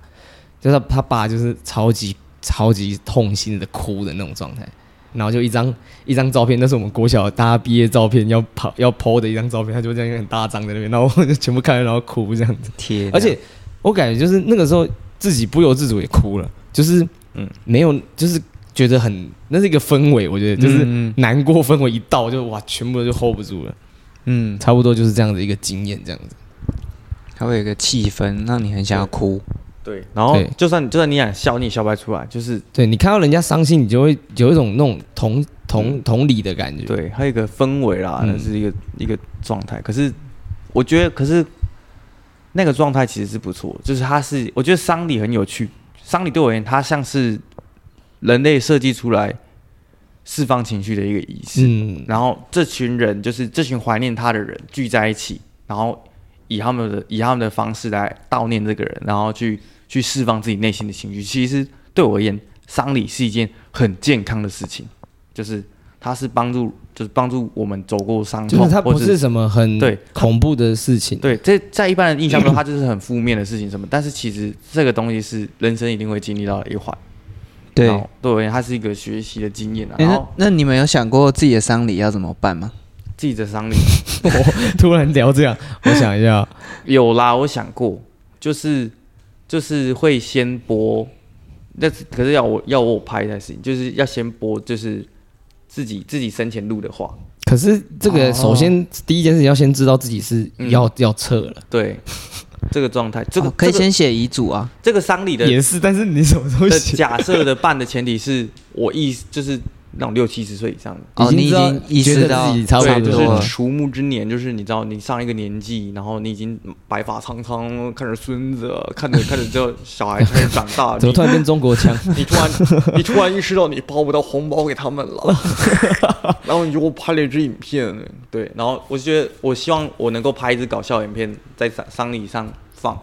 [SPEAKER 2] 就是他他爸就是超级超级痛心的哭的那种状态，然后就一张一张照片，那是我们国小大家毕业照片要跑要 PO 的一张照片，他就这样很大张在那边，然后我就全部看了然后哭这样子，
[SPEAKER 3] 贴的，
[SPEAKER 2] 而且我感觉就是那个时候自己不由自主也哭了，就是嗯
[SPEAKER 1] 嗯
[SPEAKER 2] 没有就是觉得很那是一个氛围，我觉得就是
[SPEAKER 3] 嗯
[SPEAKER 2] 难过氛围一到就哇全部就 hold 不住了，
[SPEAKER 3] 嗯，
[SPEAKER 2] 差不多就是这样的一个经验这样子，
[SPEAKER 3] 它会有一个气氛，让你很想要哭。
[SPEAKER 1] 对，然后
[SPEAKER 2] 对
[SPEAKER 1] 就算就算你想笑，你也笑不出来，就是
[SPEAKER 2] 对你看到人家伤心，你就会有一种那种同同同理的感觉，
[SPEAKER 1] 嗯对，还有一个氛围啦，
[SPEAKER 2] 嗯
[SPEAKER 1] 那是一个、一个状态。可是我觉得，可是那个状态其实是不错，就是它是我觉得丧礼很有趣，丧礼对我而言，它像是人类设计出来释放情绪的一个仪式。
[SPEAKER 2] 嗯，
[SPEAKER 1] 然后这群人就是这群怀念他的人聚在一起，然后以他们的以他们的方式来悼念这个人，然后去去释放自己内心的情绪。其实对我而言，丧礼是一件很健康的事情，就是它是帮助，就是帮助我们走过伤痛，
[SPEAKER 2] 就是它不
[SPEAKER 1] 或者
[SPEAKER 2] 是什么很
[SPEAKER 1] 对
[SPEAKER 2] 恐怖的事情，
[SPEAKER 1] 对，这在一般人印象中，它就是很负面的事情什么，但是其实这个东西是人生一定会经历到的一环。
[SPEAKER 3] 对，
[SPEAKER 1] 然后对我而言，它是一个学习的经验、啊。
[SPEAKER 3] 诶
[SPEAKER 1] 然
[SPEAKER 3] 那
[SPEAKER 1] 后
[SPEAKER 3] 那你们有想过自己的丧礼要怎么办吗？
[SPEAKER 1] 自己的丧礼
[SPEAKER 2] 突然聊这样，我想一下，
[SPEAKER 1] 有啦，我想过，就是就是会先播，那是可是要我要我拍才行，就是要先播，就是自己自己生前录的话，
[SPEAKER 2] 可是这个
[SPEAKER 3] 哦
[SPEAKER 2] 首先第一件事情要先知道自己是
[SPEAKER 1] 嗯
[SPEAKER 2] 要要撤了，
[SPEAKER 1] 对，这个状态，这个、
[SPEAKER 3] 哦可以
[SPEAKER 1] 这个
[SPEAKER 3] 先写遗嘱啊。
[SPEAKER 1] 这个丧礼的
[SPEAKER 2] 也是，但是你什么时候
[SPEAKER 1] 的
[SPEAKER 2] 写？
[SPEAKER 1] 假设的办的前提是我意就是那种六七十岁以上的。
[SPEAKER 3] 哦，你
[SPEAKER 2] 已
[SPEAKER 3] 已
[SPEAKER 2] 经知道
[SPEAKER 3] 经意识到
[SPEAKER 2] 觉得自己差不多
[SPEAKER 1] 对，
[SPEAKER 2] 了
[SPEAKER 1] 就是
[SPEAKER 3] 了。
[SPEAKER 1] 除暮之年，就是你知道，你上一个年纪，然后你已经白发苍苍，看着孙子，看着看着这小孩开始长大，
[SPEAKER 2] 怎么
[SPEAKER 1] 你
[SPEAKER 2] 突然变中国 腔？
[SPEAKER 1] 你突然你突然意识到你包不到红包给他 们了，然后你就拍了一支影片，对，然后我就觉得我希望我能够拍一支搞笑影片在丧丧礼上放，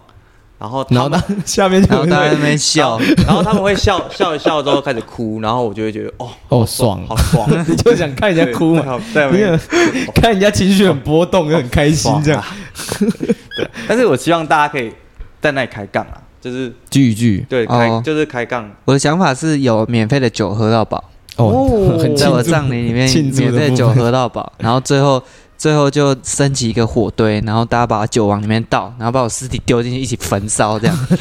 [SPEAKER 1] 然后他
[SPEAKER 2] 然后
[SPEAKER 1] 们
[SPEAKER 2] 呢，下面就
[SPEAKER 3] 然后大家在那边笑，
[SPEAKER 1] 然后他们会笑笑一笑之后开始哭，然后我就会觉得哦
[SPEAKER 2] 哦爽，
[SPEAKER 1] 好爽，
[SPEAKER 2] 你就想看人家哭嘛，
[SPEAKER 1] 对，对
[SPEAKER 2] 因 为看人家情绪很波动，很开心这样，
[SPEAKER 1] 对，但是我希望大家可以在那里开杠啊，就是
[SPEAKER 2] 聚一聚
[SPEAKER 1] 对开、
[SPEAKER 3] 哦
[SPEAKER 1] 就是开杠，
[SPEAKER 3] 我的想法是有免费的酒喝到饱，
[SPEAKER 2] 哦，
[SPEAKER 1] 嗯
[SPEAKER 2] 很
[SPEAKER 3] 在
[SPEAKER 2] 庆
[SPEAKER 3] 我
[SPEAKER 2] 祝
[SPEAKER 3] 葬礼里 面
[SPEAKER 2] 庆祝的
[SPEAKER 3] 免费
[SPEAKER 2] 部
[SPEAKER 3] 的酒
[SPEAKER 2] 分
[SPEAKER 3] 喝到饱，然后最后最后就升起一个火堆，然后大家把酒往里面倒，然后把我尸体丢进去一起焚烧这样，
[SPEAKER 2] 很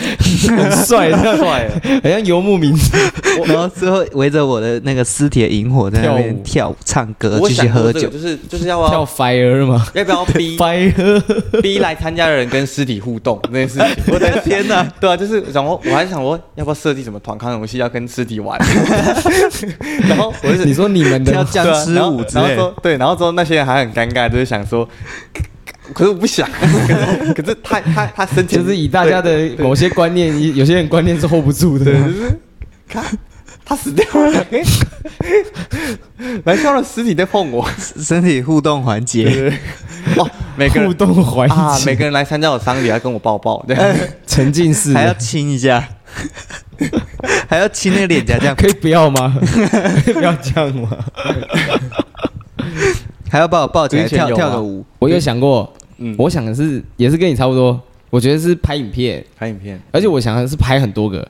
[SPEAKER 2] 帅，这样
[SPEAKER 1] 帅啊 了，
[SPEAKER 2] 好像游牧民族。
[SPEAKER 3] 然后最后围着我的那个尸体的萤火在那边跳舞、唱
[SPEAKER 2] 呃
[SPEAKER 3] 歌、
[SPEAKER 1] 我
[SPEAKER 3] 继续
[SPEAKER 1] 想
[SPEAKER 3] 喝
[SPEAKER 1] 过这个
[SPEAKER 3] 酒。
[SPEAKER 1] 就是就是要不
[SPEAKER 2] 跳
[SPEAKER 1] 要
[SPEAKER 2] fire 吗
[SPEAKER 1] 要不要 逼
[SPEAKER 2] ？fire
[SPEAKER 1] 逼来参加的人跟尸体互 动这件事情，我的天哪！ 对啊，就是然后我还想说，要不要设计什么团康游戏要跟尸体玩？ 然后我就
[SPEAKER 2] 你说你们
[SPEAKER 3] 跳
[SPEAKER 2] 的
[SPEAKER 3] 僵尸舞之
[SPEAKER 1] 对啊然后然后
[SPEAKER 3] 类的，
[SPEAKER 1] 说对，然后之后那些人还很尴尬，就是想说，可是我不想， 可是可是他他他生前
[SPEAKER 2] 就是以大家的某些观念，有些人观念是 hold 不住的
[SPEAKER 1] 对，对就是看他死掉 了，来跳的尸体在碰我，
[SPEAKER 3] 身体互动环节，
[SPEAKER 1] 对 哦，每个
[SPEAKER 2] 互
[SPEAKER 1] 人
[SPEAKER 2] 动环
[SPEAKER 1] 啊，
[SPEAKER 2] 节，
[SPEAKER 1] 每个人来参加我丧礼，要跟我抱抱，对，
[SPEAKER 2] 沉浸式的
[SPEAKER 3] 还要亲一下， 还要亲那个脸颊，这样
[SPEAKER 2] 可以不要 吗？可以不要这样吗？
[SPEAKER 3] 还要把我抱起来
[SPEAKER 1] 之前
[SPEAKER 3] 跳
[SPEAKER 1] 有啊
[SPEAKER 3] 跳个舞。
[SPEAKER 2] 我有想过，
[SPEAKER 1] 嗯，
[SPEAKER 2] 我想的是也是跟你差不多，我觉得是拍影片，
[SPEAKER 1] 拍影片，
[SPEAKER 2] 而且我想的是拍很多个，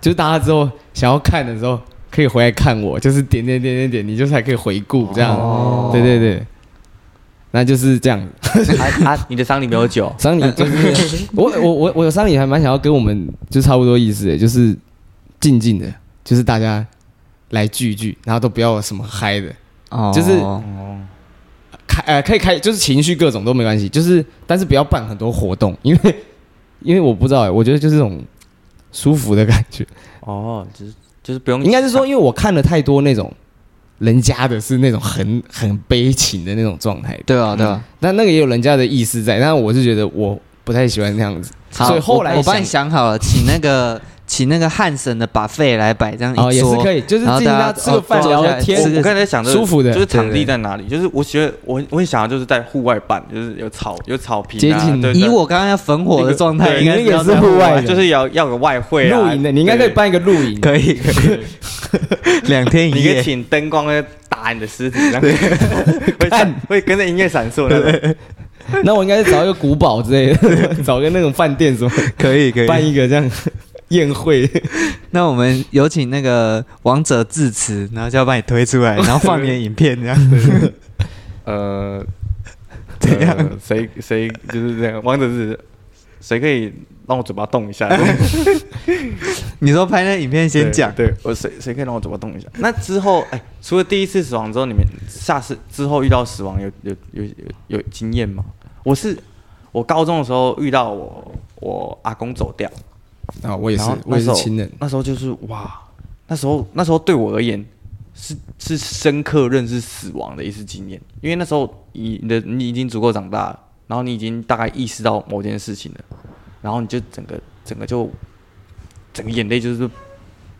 [SPEAKER 2] 就是大家之后想要看的时候可以回来看我，就是点点点点点，你就是还可以回顾这样。
[SPEAKER 1] 哦
[SPEAKER 2] 对对对，那就是这样。
[SPEAKER 1] 啊啊，你的丧礼没有酒，
[SPEAKER 2] 丧礼就是我我我我有丧礼还蛮想要跟我们就差不多意思的，就是静静的，就是大家来聚一聚，然后都不要有什么嗨的。
[SPEAKER 3] 哦
[SPEAKER 2] 就是开呃可以开，就是情绪各种都没关系，就是但是不要办很多活动，因为因为我不知道哎、我觉得就是这种舒服的感觉，
[SPEAKER 1] 哦，就是就是不
[SPEAKER 3] 嗯
[SPEAKER 1] 用，
[SPEAKER 2] 应该是说，因为我看了太多那种人家的是那种很很悲情的那种状态，
[SPEAKER 3] 对啊，对啊。
[SPEAKER 2] 但那个也有人家的意思在，但我是觉得我不太喜欢那样子，
[SPEAKER 3] 好
[SPEAKER 2] 所以后来
[SPEAKER 3] 我我帮你想好了，请那个 请那个汉神的把肺来摆这样一桌，
[SPEAKER 2] 哦也是可以，就是自
[SPEAKER 3] 然后
[SPEAKER 2] 己
[SPEAKER 3] 大
[SPEAKER 2] 大家
[SPEAKER 3] 家
[SPEAKER 2] 吃个饭
[SPEAKER 3] 哦
[SPEAKER 2] 聊
[SPEAKER 3] 坐下
[SPEAKER 2] 个
[SPEAKER 3] 来
[SPEAKER 1] 我
[SPEAKER 2] 天
[SPEAKER 3] 吃个
[SPEAKER 1] 我刚才在想的
[SPEAKER 2] 舒服的
[SPEAKER 1] 就是场
[SPEAKER 3] 对对
[SPEAKER 1] 地在哪里，就是我觉得我我很想要就是在户外办，就是有草有草坪
[SPEAKER 2] 接
[SPEAKER 1] 啊，
[SPEAKER 2] 近
[SPEAKER 1] 对
[SPEAKER 3] 以
[SPEAKER 1] 对
[SPEAKER 3] 我刚刚要焚火的状态，
[SPEAKER 1] 对
[SPEAKER 3] 应该
[SPEAKER 2] 那个
[SPEAKER 3] 要
[SPEAKER 2] 也是
[SPEAKER 3] 在
[SPEAKER 2] 户外的
[SPEAKER 1] 就是要要个外汇啊，
[SPEAKER 2] 露营的，你应该可以
[SPEAKER 1] 对
[SPEAKER 2] 办一个露营，
[SPEAKER 3] 可以可以 两天一
[SPEAKER 1] 你可以
[SPEAKER 3] 夜，
[SPEAKER 1] 请灯光在打你的尸体，然后 会闪会跟着音乐闪烁那种。
[SPEAKER 2] 那我应该是找一个古堡之类的， 找个那种饭店什么
[SPEAKER 3] 可以 可
[SPEAKER 2] 办一个这 样宴会。
[SPEAKER 3] 那我们有请那个王者致辞，然后就要把你推 出来，然后放点影片这样。
[SPEAKER 1] 呃，
[SPEAKER 3] 怎样
[SPEAKER 1] 呃？谁谁就是这样？王者是谁可以让我嘴巴动一下？
[SPEAKER 3] 你说拍那影片先讲，
[SPEAKER 1] 对对我谁谁可以让我嘴巴动一下？那之后，哎、除了第一次死亡之后，你们下次之后遇到死亡有有有有有经验吗？我是我高中的时候遇到我我阿公走掉，
[SPEAKER 2] 啊，我也是
[SPEAKER 1] 然后，
[SPEAKER 2] 我
[SPEAKER 1] 那
[SPEAKER 2] 也
[SPEAKER 1] 时
[SPEAKER 2] 是
[SPEAKER 1] 候
[SPEAKER 2] 亲人。
[SPEAKER 1] 那时候就是哇，那时候那时候对我而言是是深刻认识死亡的一次经验，因为那时候你你的你已经足够长大了，然后你已经大概意识到某件事情了，然后你就整个整个就整个眼泪就是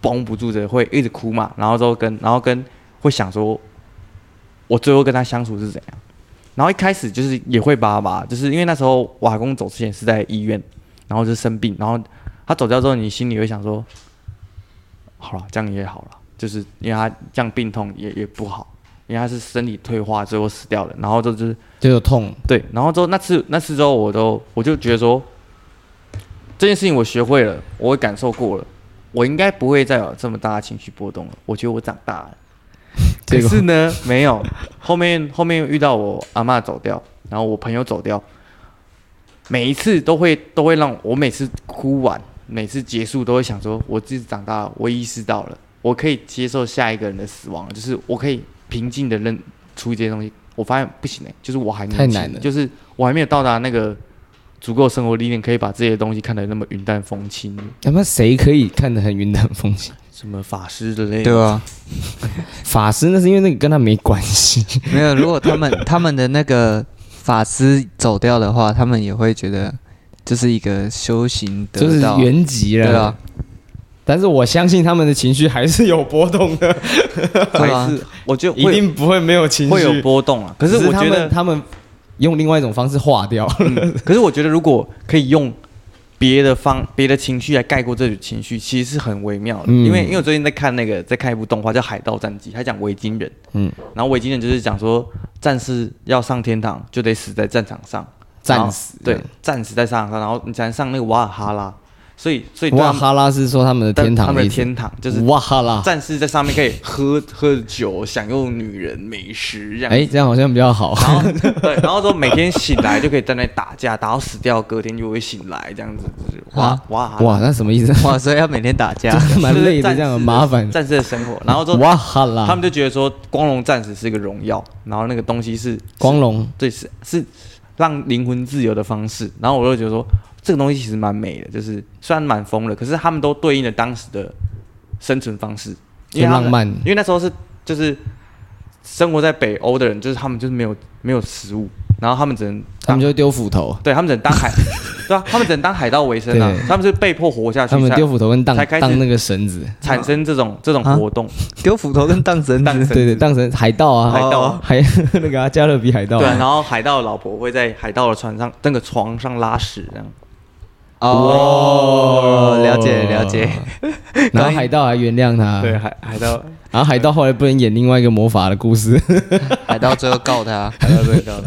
[SPEAKER 1] 绷不住的，会一直哭嘛，然后之后跟然后跟会想说，我最后跟他相处是怎样。然后一开始就是也会巴巴，就是因为那时候我阿公走之前是在医院，然后就生病，然后他走掉之后，你心里会想说，好了，这样也好了，就是因为他这样病痛也也不好，因为他是身体退化最后死掉的，然后就是
[SPEAKER 2] 就有痛，
[SPEAKER 1] 对，然后之后那次那次之后，我都我就觉得说，这件事情我学会了，我也感受过了，我应该不会再有这么大的情绪波动了。我觉得我长大了，可
[SPEAKER 2] 结果
[SPEAKER 1] 是呢，没有。后面后面遇到我阿嬷走掉，然后我朋友走掉，每一次都会都会让我每次哭完，每次结束都会想说，我自己长大了，我意识到了，我可以接受下一个人的死亡了，就是我可以平静的认处理这些东西。我发现不行哎、就是我还年
[SPEAKER 2] 太
[SPEAKER 1] 轻
[SPEAKER 2] 难了
[SPEAKER 1] 就是我还没有到达那个足够生活历练，可以把这些东西看得那么云淡风轻，
[SPEAKER 2] 他妈谁可以看得很云淡风轻？
[SPEAKER 1] 什么法师之类的。
[SPEAKER 3] 对啊，
[SPEAKER 2] 法师那是因为那个跟他没关 系，
[SPEAKER 3] 没有。如果他们 他们的那个法师走掉的话，他们也会觉得这是一个修行得
[SPEAKER 2] 就是
[SPEAKER 3] 到，
[SPEAKER 2] 原籍了。
[SPEAKER 3] 对啊，
[SPEAKER 2] 但是我相信他们的情绪还是有波动的，
[SPEAKER 1] 还
[SPEAKER 3] 对啊
[SPEAKER 1] 是我觉得
[SPEAKER 2] 一
[SPEAKER 1] 会
[SPEAKER 2] 定不会没有情绪。
[SPEAKER 1] 会有波动啊。可是
[SPEAKER 2] 只
[SPEAKER 1] 我
[SPEAKER 2] 他
[SPEAKER 1] 觉
[SPEAKER 2] 们
[SPEAKER 1] 得，
[SPEAKER 2] 他们用另外一种方式化掉，
[SPEAKER 1] 可是我觉得如果可以用别的方、别的情绪来盖过这种情绪，其实是很微妙的。
[SPEAKER 2] 嗯
[SPEAKER 1] 因为因为我最近在看那个，在看一部动画叫《海盗战记》，它讲维京人，
[SPEAKER 2] 嗯
[SPEAKER 1] 嗯，然后维京人就是讲说，战士要上天堂就得死在战场上，
[SPEAKER 2] 战死。嗯
[SPEAKER 1] 对，战死在战场上，然后你才能上那个瓦尔哈拉。所以，所以对
[SPEAKER 2] 哇
[SPEAKER 1] 他们
[SPEAKER 2] 哈拉是说他们的天堂，
[SPEAKER 1] 他们的天堂就是
[SPEAKER 2] 哇哈拉。
[SPEAKER 1] 战士在上面可以喝喝酒，享用女人、美食这样子。
[SPEAKER 2] 哎，这样好像比较好。
[SPEAKER 1] 然 后对，然后之后每天醒来就可以在那里打架，打到死掉，隔天就会醒来，这样子就是哇
[SPEAKER 3] 啊
[SPEAKER 1] 哇
[SPEAKER 2] 哇，那什么意思？
[SPEAKER 3] 哇，所以要每天 打架。
[SPEAKER 2] 蛮累的，
[SPEAKER 1] 啊就是战士
[SPEAKER 2] 这样很麻烦。
[SPEAKER 1] 战士的生活。然后之后
[SPEAKER 2] 哇哈拉，
[SPEAKER 1] 他们就觉得说，光荣战士是一个荣耀，然后那个东西是
[SPEAKER 2] 光荣
[SPEAKER 1] 对是是让灵魂自由的方式。然后我就觉得说，这个东西其实蛮美的，就是虽然蛮疯的，可是他们都对应了当时的生存方式，
[SPEAKER 2] 就
[SPEAKER 1] 因为他
[SPEAKER 2] 浪
[SPEAKER 1] 们
[SPEAKER 2] 漫。
[SPEAKER 1] 因为那时候是就是生活在北欧的人，就是他们就是没有没有食物，然后他们只能
[SPEAKER 2] 他们就会丢斧头，
[SPEAKER 1] 对他们只能当 海，对啊，他们只能当海盗为生啊
[SPEAKER 2] 对，
[SPEAKER 1] 他们是被迫活下去
[SPEAKER 2] 他们
[SPEAKER 1] 才
[SPEAKER 2] 丢斧头跟荡
[SPEAKER 1] 才开始
[SPEAKER 2] 荡那个绳子，
[SPEAKER 1] 产生这种这种
[SPEAKER 3] 啊
[SPEAKER 1] 活动，
[SPEAKER 3] 丢斧头跟荡绳
[SPEAKER 1] 荡
[SPEAKER 3] 子
[SPEAKER 1] 绳，
[SPEAKER 2] 对对，荡绳海盗 啊，
[SPEAKER 1] 海盗啊
[SPEAKER 2] 海那个啊，加勒比海盗
[SPEAKER 1] 对啊，
[SPEAKER 2] 啊，
[SPEAKER 1] 然后海盗的老婆会在海盗的船上那个床上拉屎这样，
[SPEAKER 3] 哦，了解了解，
[SPEAKER 2] 然后海盗还原谅他，
[SPEAKER 1] 对，啊海海盗，
[SPEAKER 2] 然后海盗后来不能演另外一个魔法的故事，
[SPEAKER 3] 海盗最后告他
[SPEAKER 1] 海盗最高了，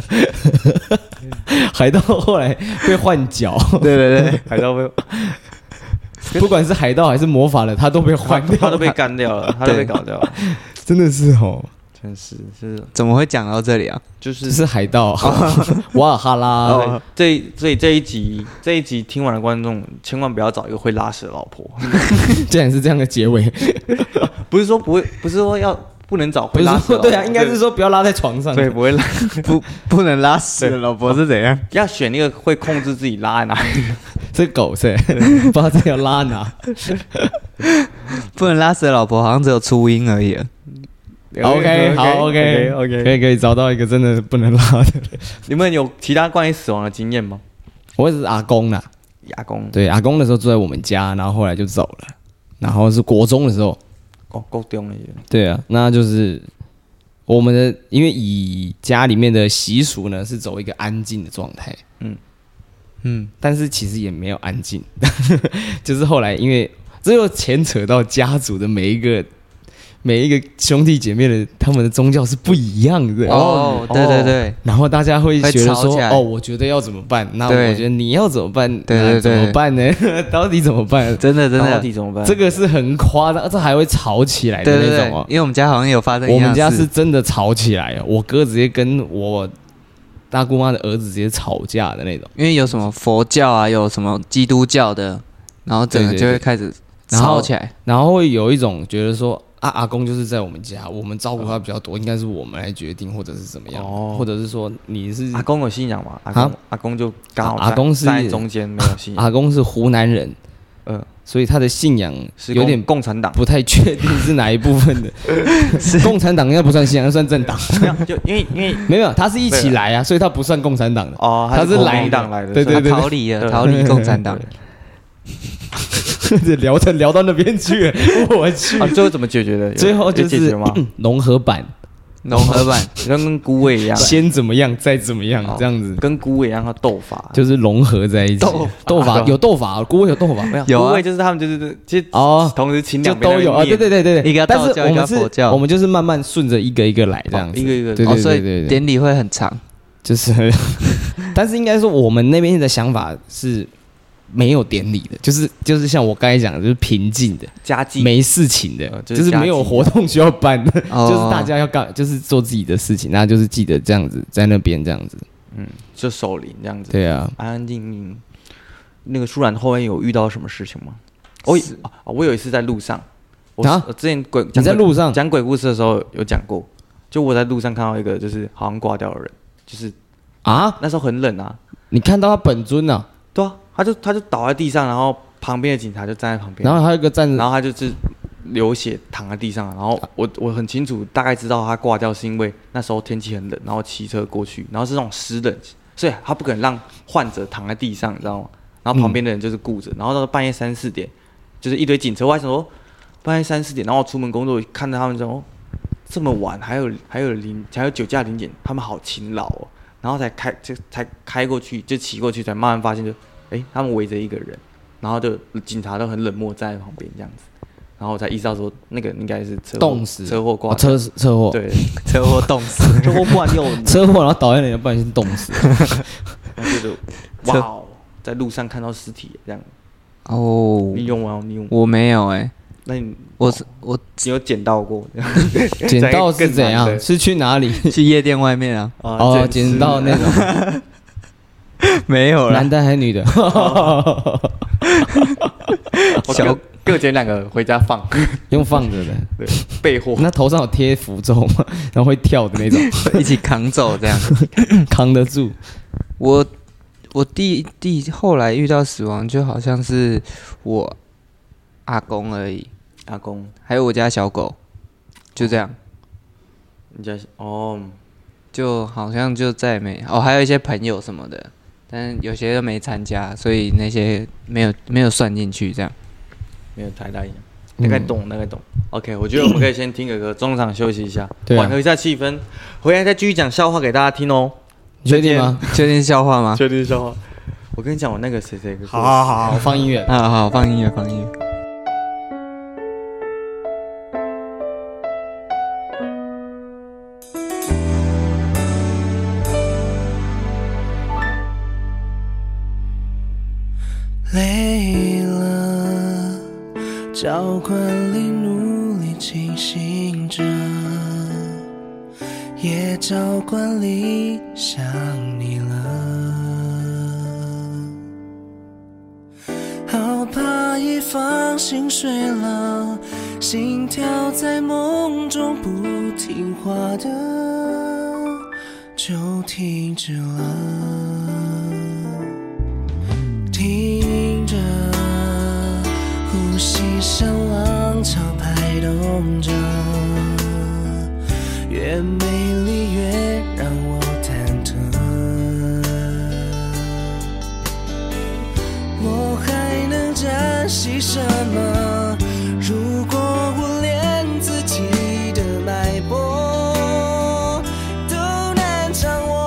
[SPEAKER 2] 海盗后来被换 角，
[SPEAKER 3] 对对对，
[SPEAKER 1] 海盗被
[SPEAKER 2] 不管是海盗还是魔法的，他都被换掉，
[SPEAKER 1] 他都被干掉了，他都被搞掉了，
[SPEAKER 2] 真的是哦，
[SPEAKER 1] 真是是
[SPEAKER 3] 怎么会讲到这里啊？
[SPEAKER 1] 就
[SPEAKER 2] 只
[SPEAKER 1] 是哦啊
[SPEAKER 2] 是海盗， 哇哈啦，
[SPEAKER 1] 对，这一所以这一集这一集听完的观众，千万不要找一个会拉屎的老婆，
[SPEAKER 2] 竟然是这样的结尾，
[SPEAKER 1] 不是说不会，不是说要不能找
[SPEAKER 2] 不
[SPEAKER 1] 会
[SPEAKER 2] 是
[SPEAKER 1] 拉屎的
[SPEAKER 2] 说
[SPEAKER 1] 老婆，
[SPEAKER 2] 对啊，应该是说不要拉在床上，哦
[SPEAKER 1] 对，不会拉，
[SPEAKER 3] 不不能拉屎的老婆是怎样？
[SPEAKER 1] 要选那个会控制自己拉在哪里。
[SPEAKER 2] 这狗是 不知道这要拉哪，
[SPEAKER 3] 不能拉屎的老婆好像只有初音而已。啊
[SPEAKER 2] OK，好 OK
[SPEAKER 1] OK，OK
[SPEAKER 2] 可以可以找到一个真的不能拉的。
[SPEAKER 1] 你们有其他关于死亡的经验吗？
[SPEAKER 2] 我也是阿公啦，
[SPEAKER 1] 阿公，
[SPEAKER 2] 对，阿公的时候住在我们家，然后后来就走了。然后是国中的时候，
[SPEAKER 1] 够够丢了也。
[SPEAKER 2] 对啊，那就是我们的，因为以家里面的习俗呢，是走一个安静的状态，
[SPEAKER 3] 嗯，
[SPEAKER 2] 但是其实也没有安静， 就是后来因为这又牵扯到家族的每一个每一个兄弟姐妹的他们的宗教是不一样的
[SPEAKER 3] 哦，对对对，
[SPEAKER 2] 然后大家会
[SPEAKER 3] 会
[SPEAKER 2] 觉得
[SPEAKER 3] 吵
[SPEAKER 2] 说
[SPEAKER 3] 起，来
[SPEAKER 2] 哦，我觉得要怎么办？那
[SPEAKER 3] 对
[SPEAKER 2] 我觉得你要怎么办？
[SPEAKER 3] 对
[SPEAKER 2] 那
[SPEAKER 3] 对对
[SPEAKER 2] 怎么办呢？ 到底怎么办？
[SPEAKER 3] 真的真
[SPEAKER 1] 到
[SPEAKER 3] 的，
[SPEAKER 1] 底怎么办？
[SPEAKER 2] 这个是很夸张，这还会吵起来
[SPEAKER 3] 对
[SPEAKER 2] 的
[SPEAKER 3] 对
[SPEAKER 2] 那
[SPEAKER 3] 对
[SPEAKER 2] 种哦，。
[SPEAKER 3] 因为我们家好像有发生一
[SPEAKER 2] 我
[SPEAKER 3] 样
[SPEAKER 2] 们
[SPEAKER 3] 的
[SPEAKER 2] 家
[SPEAKER 3] 事，
[SPEAKER 2] 是真的吵起来了，哦我哥直接跟我大姑妈的儿子直接吵架的那种。
[SPEAKER 3] 因为有什么佛教啊，有什么基督教的，然后整个
[SPEAKER 2] 对对
[SPEAKER 3] 就会
[SPEAKER 2] 对
[SPEAKER 3] 开始
[SPEAKER 2] 然后
[SPEAKER 3] 吵起来。
[SPEAKER 2] 然后会有一种觉得说啊，阿公就是在我们家，我们照顾他比较多，应该是我们来决定，或者是怎么样，
[SPEAKER 1] 哦
[SPEAKER 2] 或者是说你是
[SPEAKER 1] 阿公有信仰吗？阿公
[SPEAKER 2] 啊
[SPEAKER 1] 阿公就刚好
[SPEAKER 2] 阿
[SPEAKER 1] 在
[SPEAKER 2] 公是啊
[SPEAKER 1] 在中间没有信仰，
[SPEAKER 2] 阿公是湖南人，
[SPEAKER 1] 嗯，
[SPEAKER 2] 所以他的信仰
[SPEAKER 1] 是
[SPEAKER 2] 有
[SPEAKER 1] 共
[SPEAKER 2] 点
[SPEAKER 1] 共产党。
[SPEAKER 2] 不太确定是哪一部分的。共产党应该不算信仰，算政党。
[SPEAKER 1] 没有就因为因为
[SPEAKER 2] 没有，他是一起来啊，所以他不算共产党的。
[SPEAKER 1] 哦，
[SPEAKER 2] 他是
[SPEAKER 1] 国
[SPEAKER 2] 来
[SPEAKER 1] 民
[SPEAKER 2] 的
[SPEAKER 1] 党来的，
[SPEAKER 2] 对
[SPEAKER 1] 所以
[SPEAKER 3] 他
[SPEAKER 2] 对
[SPEAKER 3] 逃离了，
[SPEAKER 1] 对
[SPEAKER 3] 逃离共产党。
[SPEAKER 2] 聊着聊到那边去了，我 去
[SPEAKER 1] 啊，最后怎么解决的？有
[SPEAKER 2] 最后
[SPEAKER 1] 有
[SPEAKER 2] 就
[SPEAKER 1] 解
[SPEAKER 2] 是嗯
[SPEAKER 1] 决 吗？
[SPEAKER 2] 融合版，
[SPEAKER 3] 融合版
[SPEAKER 1] 像跟孤 味一样，
[SPEAKER 2] 先怎么样，再怎么样，
[SPEAKER 1] 哦
[SPEAKER 2] 这样子
[SPEAKER 1] 跟孤味一样，他斗法。
[SPEAKER 2] 就是融合在一起
[SPEAKER 1] 啊斗法。啊
[SPEAKER 2] 斗法
[SPEAKER 1] 斗
[SPEAKER 2] 有斗法，郭威有斗法
[SPEAKER 1] 没
[SPEAKER 3] 有啊
[SPEAKER 1] 孤味就是他们就是其实
[SPEAKER 2] 哦。
[SPEAKER 1] 同时请
[SPEAKER 2] 就
[SPEAKER 1] 两边
[SPEAKER 2] 都有啊，
[SPEAKER 1] 在那边
[SPEAKER 2] 对对对对对，
[SPEAKER 3] 一个
[SPEAKER 2] 但
[SPEAKER 3] 道
[SPEAKER 2] 是
[SPEAKER 3] 教
[SPEAKER 2] 我
[SPEAKER 3] 一个
[SPEAKER 2] 们
[SPEAKER 3] 佛
[SPEAKER 2] 是，
[SPEAKER 3] 教
[SPEAKER 2] 我们就是慢慢顺着一个一个来这样
[SPEAKER 1] 哦
[SPEAKER 2] 子，
[SPEAKER 1] 一个一个
[SPEAKER 2] 对
[SPEAKER 3] 哦，
[SPEAKER 2] 对
[SPEAKER 3] 所
[SPEAKER 2] 对
[SPEAKER 3] 以
[SPEAKER 2] 对对，
[SPEAKER 3] 典礼会很长。
[SPEAKER 2] 就是， 但是应该说我们那边的想法是没有典礼的，就是就是像我刚才讲的，就是平静的，
[SPEAKER 1] 家计
[SPEAKER 2] 没事情的
[SPEAKER 1] 呃，就
[SPEAKER 2] 就是是没有活动需要办的，
[SPEAKER 3] 哦
[SPEAKER 2] 就是大家要干，就是做自己的事情，那就是记得这样子，在那边这样子，
[SPEAKER 1] 就守灵这样子，
[SPEAKER 2] 对啊，
[SPEAKER 1] 安安静静。那个舒然后面有遇到什么事情吗？我啊，我有一次在路上，我
[SPEAKER 2] 啊
[SPEAKER 1] 我之前鬼
[SPEAKER 2] 你在
[SPEAKER 1] 讲鬼
[SPEAKER 2] 路上
[SPEAKER 1] 讲鬼故事的时候有讲过，就我在路上看到一个就是好像挂掉的人，就是
[SPEAKER 2] 啊，
[SPEAKER 1] 那时候很冷啊，
[SPEAKER 2] 你看到他本尊了，
[SPEAKER 1] 对啊，他就他就倒在地上，然后旁边的警察就站在旁边，
[SPEAKER 2] 然后还有一个站
[SPEAKER 1] 然后他就是流血躺在地上，然后我我很清楚大概知道他挂掉是因为那时候天气很冷，然后骑车过去，然后是那种湿冷，所以他不肯让患者躺在地上，你知道吗？然后旁边的人就是顾着，然后到半夜三四点，就是一堆警车，我还想说半夜三四点，然后我出门工作看到他们说、哦、这么晚还有还有零还有酒驾零检，他们好勤劳哦，然后才开就才开过去就骑过去，才慢慢发现就哎他们围着一个人，然后就警察都很冷漠站在旁边这样子，然后我才意识到说那个应该是车祸
[SPEAKER 2] 冻死
[SPEAKER 1] 车祸挂、
[SPEAKER 2] 啊车 车祸，
[SPEAKER 1] 对
[SPEAKER 3] 车祸冻死，
[SPEAKER 1] 车祸挂掉了，
[SPEAKER 2] 车祸，然后倒在那里，不然先冻死，
[SPEAKER 1] 然后觉得哇哦，在路上看到尸体这样，
[SPEAKER 3] 哦，
[SPEAKER 1] 你用完你用，
[SPEAKER 3] 我没有哎、
[SPEAKER 1] 那你
[SPEAKER 3] 我是我
[SPEAKER 1] 你有捡到过？
[SPEAKER 2] 捡到是
[SPEAKER 1] 更
[SPEAKER 2] 怎
[SPEAKER 1] 难的
[SPEAKER 2] 样？是去哪里？
[SPEAKER 3] 去夜店外面啊，
[SPEAKER 1] 啊
[SPEAKER 2] 哦，
[SPEAKER 1] 捡
[SPEAKER 2] 捡到那种。
[SPEAKER 3] 没有啦
[SPEAKER 2] 男。的还是女的？
[SPEAKER 1] 我
[SPEAKER 3] 小
[SPEAKER 1] 各各捡两个回家放，
[SPEAKER 2] 用放着的。
[SPEAKER 1] 对，备货。
[SPEAKER 2] 那头上有贴符咒吗？然后会跳的那 种，
[SPEAKER 3] 一起扛走这样。
[SPEAKER 2] 扛得住。
[SPEAKER 3] 我我弟弟后来遇到死亡，就好像是我阿公而已，
[SPEAKER 1] 阿公，
[SPEAKER 3] 还有我家小狗，就这样。
[SPEAKER 1] 你家哦，
[SPEAKER 3] 就好像就再也没哦，还有一些朋友什么的，但有些都没参加，所以那些没有没有算进去这样。
[SPEAKER 1] 没有太大影响，
[SPEAKER 2] 嗯
[SPEAKER 1] 大概懂，大概懂。OK，我觉得我们可以先听个歌，中场休息一下，
[SPEAKER 2] 对啊
[SPEAKER 1] 缓和一下气氛，回来再继续讲笑话给大家听哦。
[SPEAKER 2] 你确定吗？
[SPEAKER 3] 确定是笑话吗？
[SPEAKER 1] 确定笑话？我跟你讲，我那个谁谁
[SPEAKER 2] 啊好好好，我放音乐。
[SPEAKER 3] 啊，好，放音乐，放音乐。
[SPEAKER 4] 累了，找管理努力清醒着，也找管理想你了。好怕一放心睡了，心跳在梦中不听话的，就停止了。听着，呼吸像浪潮拍动着，越美丽越让我忐忑。我还能珍惜什么？如果我连自己的脉搏都难掌握。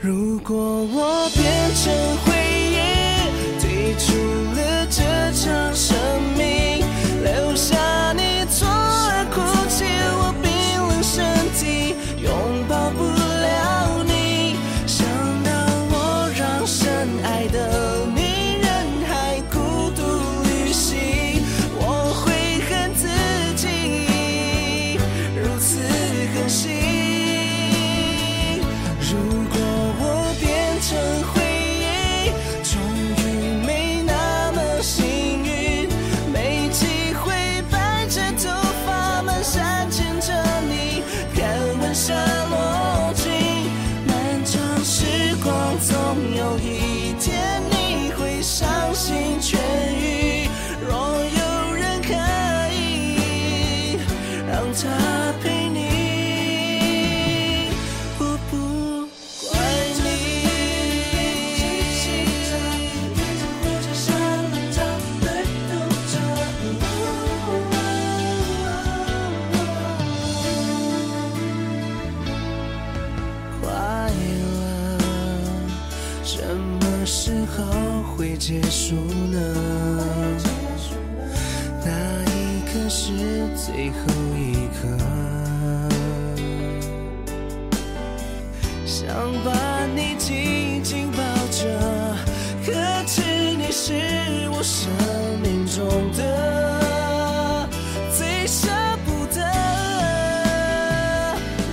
[SPEAKER 4] 如果我变成回忆，退出了这场生命，留下你左耳哭泣，我冰冷身体拥抱不了你。想到我让深爱的你人海孤独旅行，我会恨自己如此狠心。如果我变成回忆，终于没那么幸运，没机会白着头发蹒跚牵着你，看晚霞落尽。漫长时光总有一天你会伤心痊愈，若有人可以让他陪你。我不怪你。快乐什么时候会结束呢？那一刻是最后一刻。想把你紧紧抱着，可知你是我生命中的最舍不得。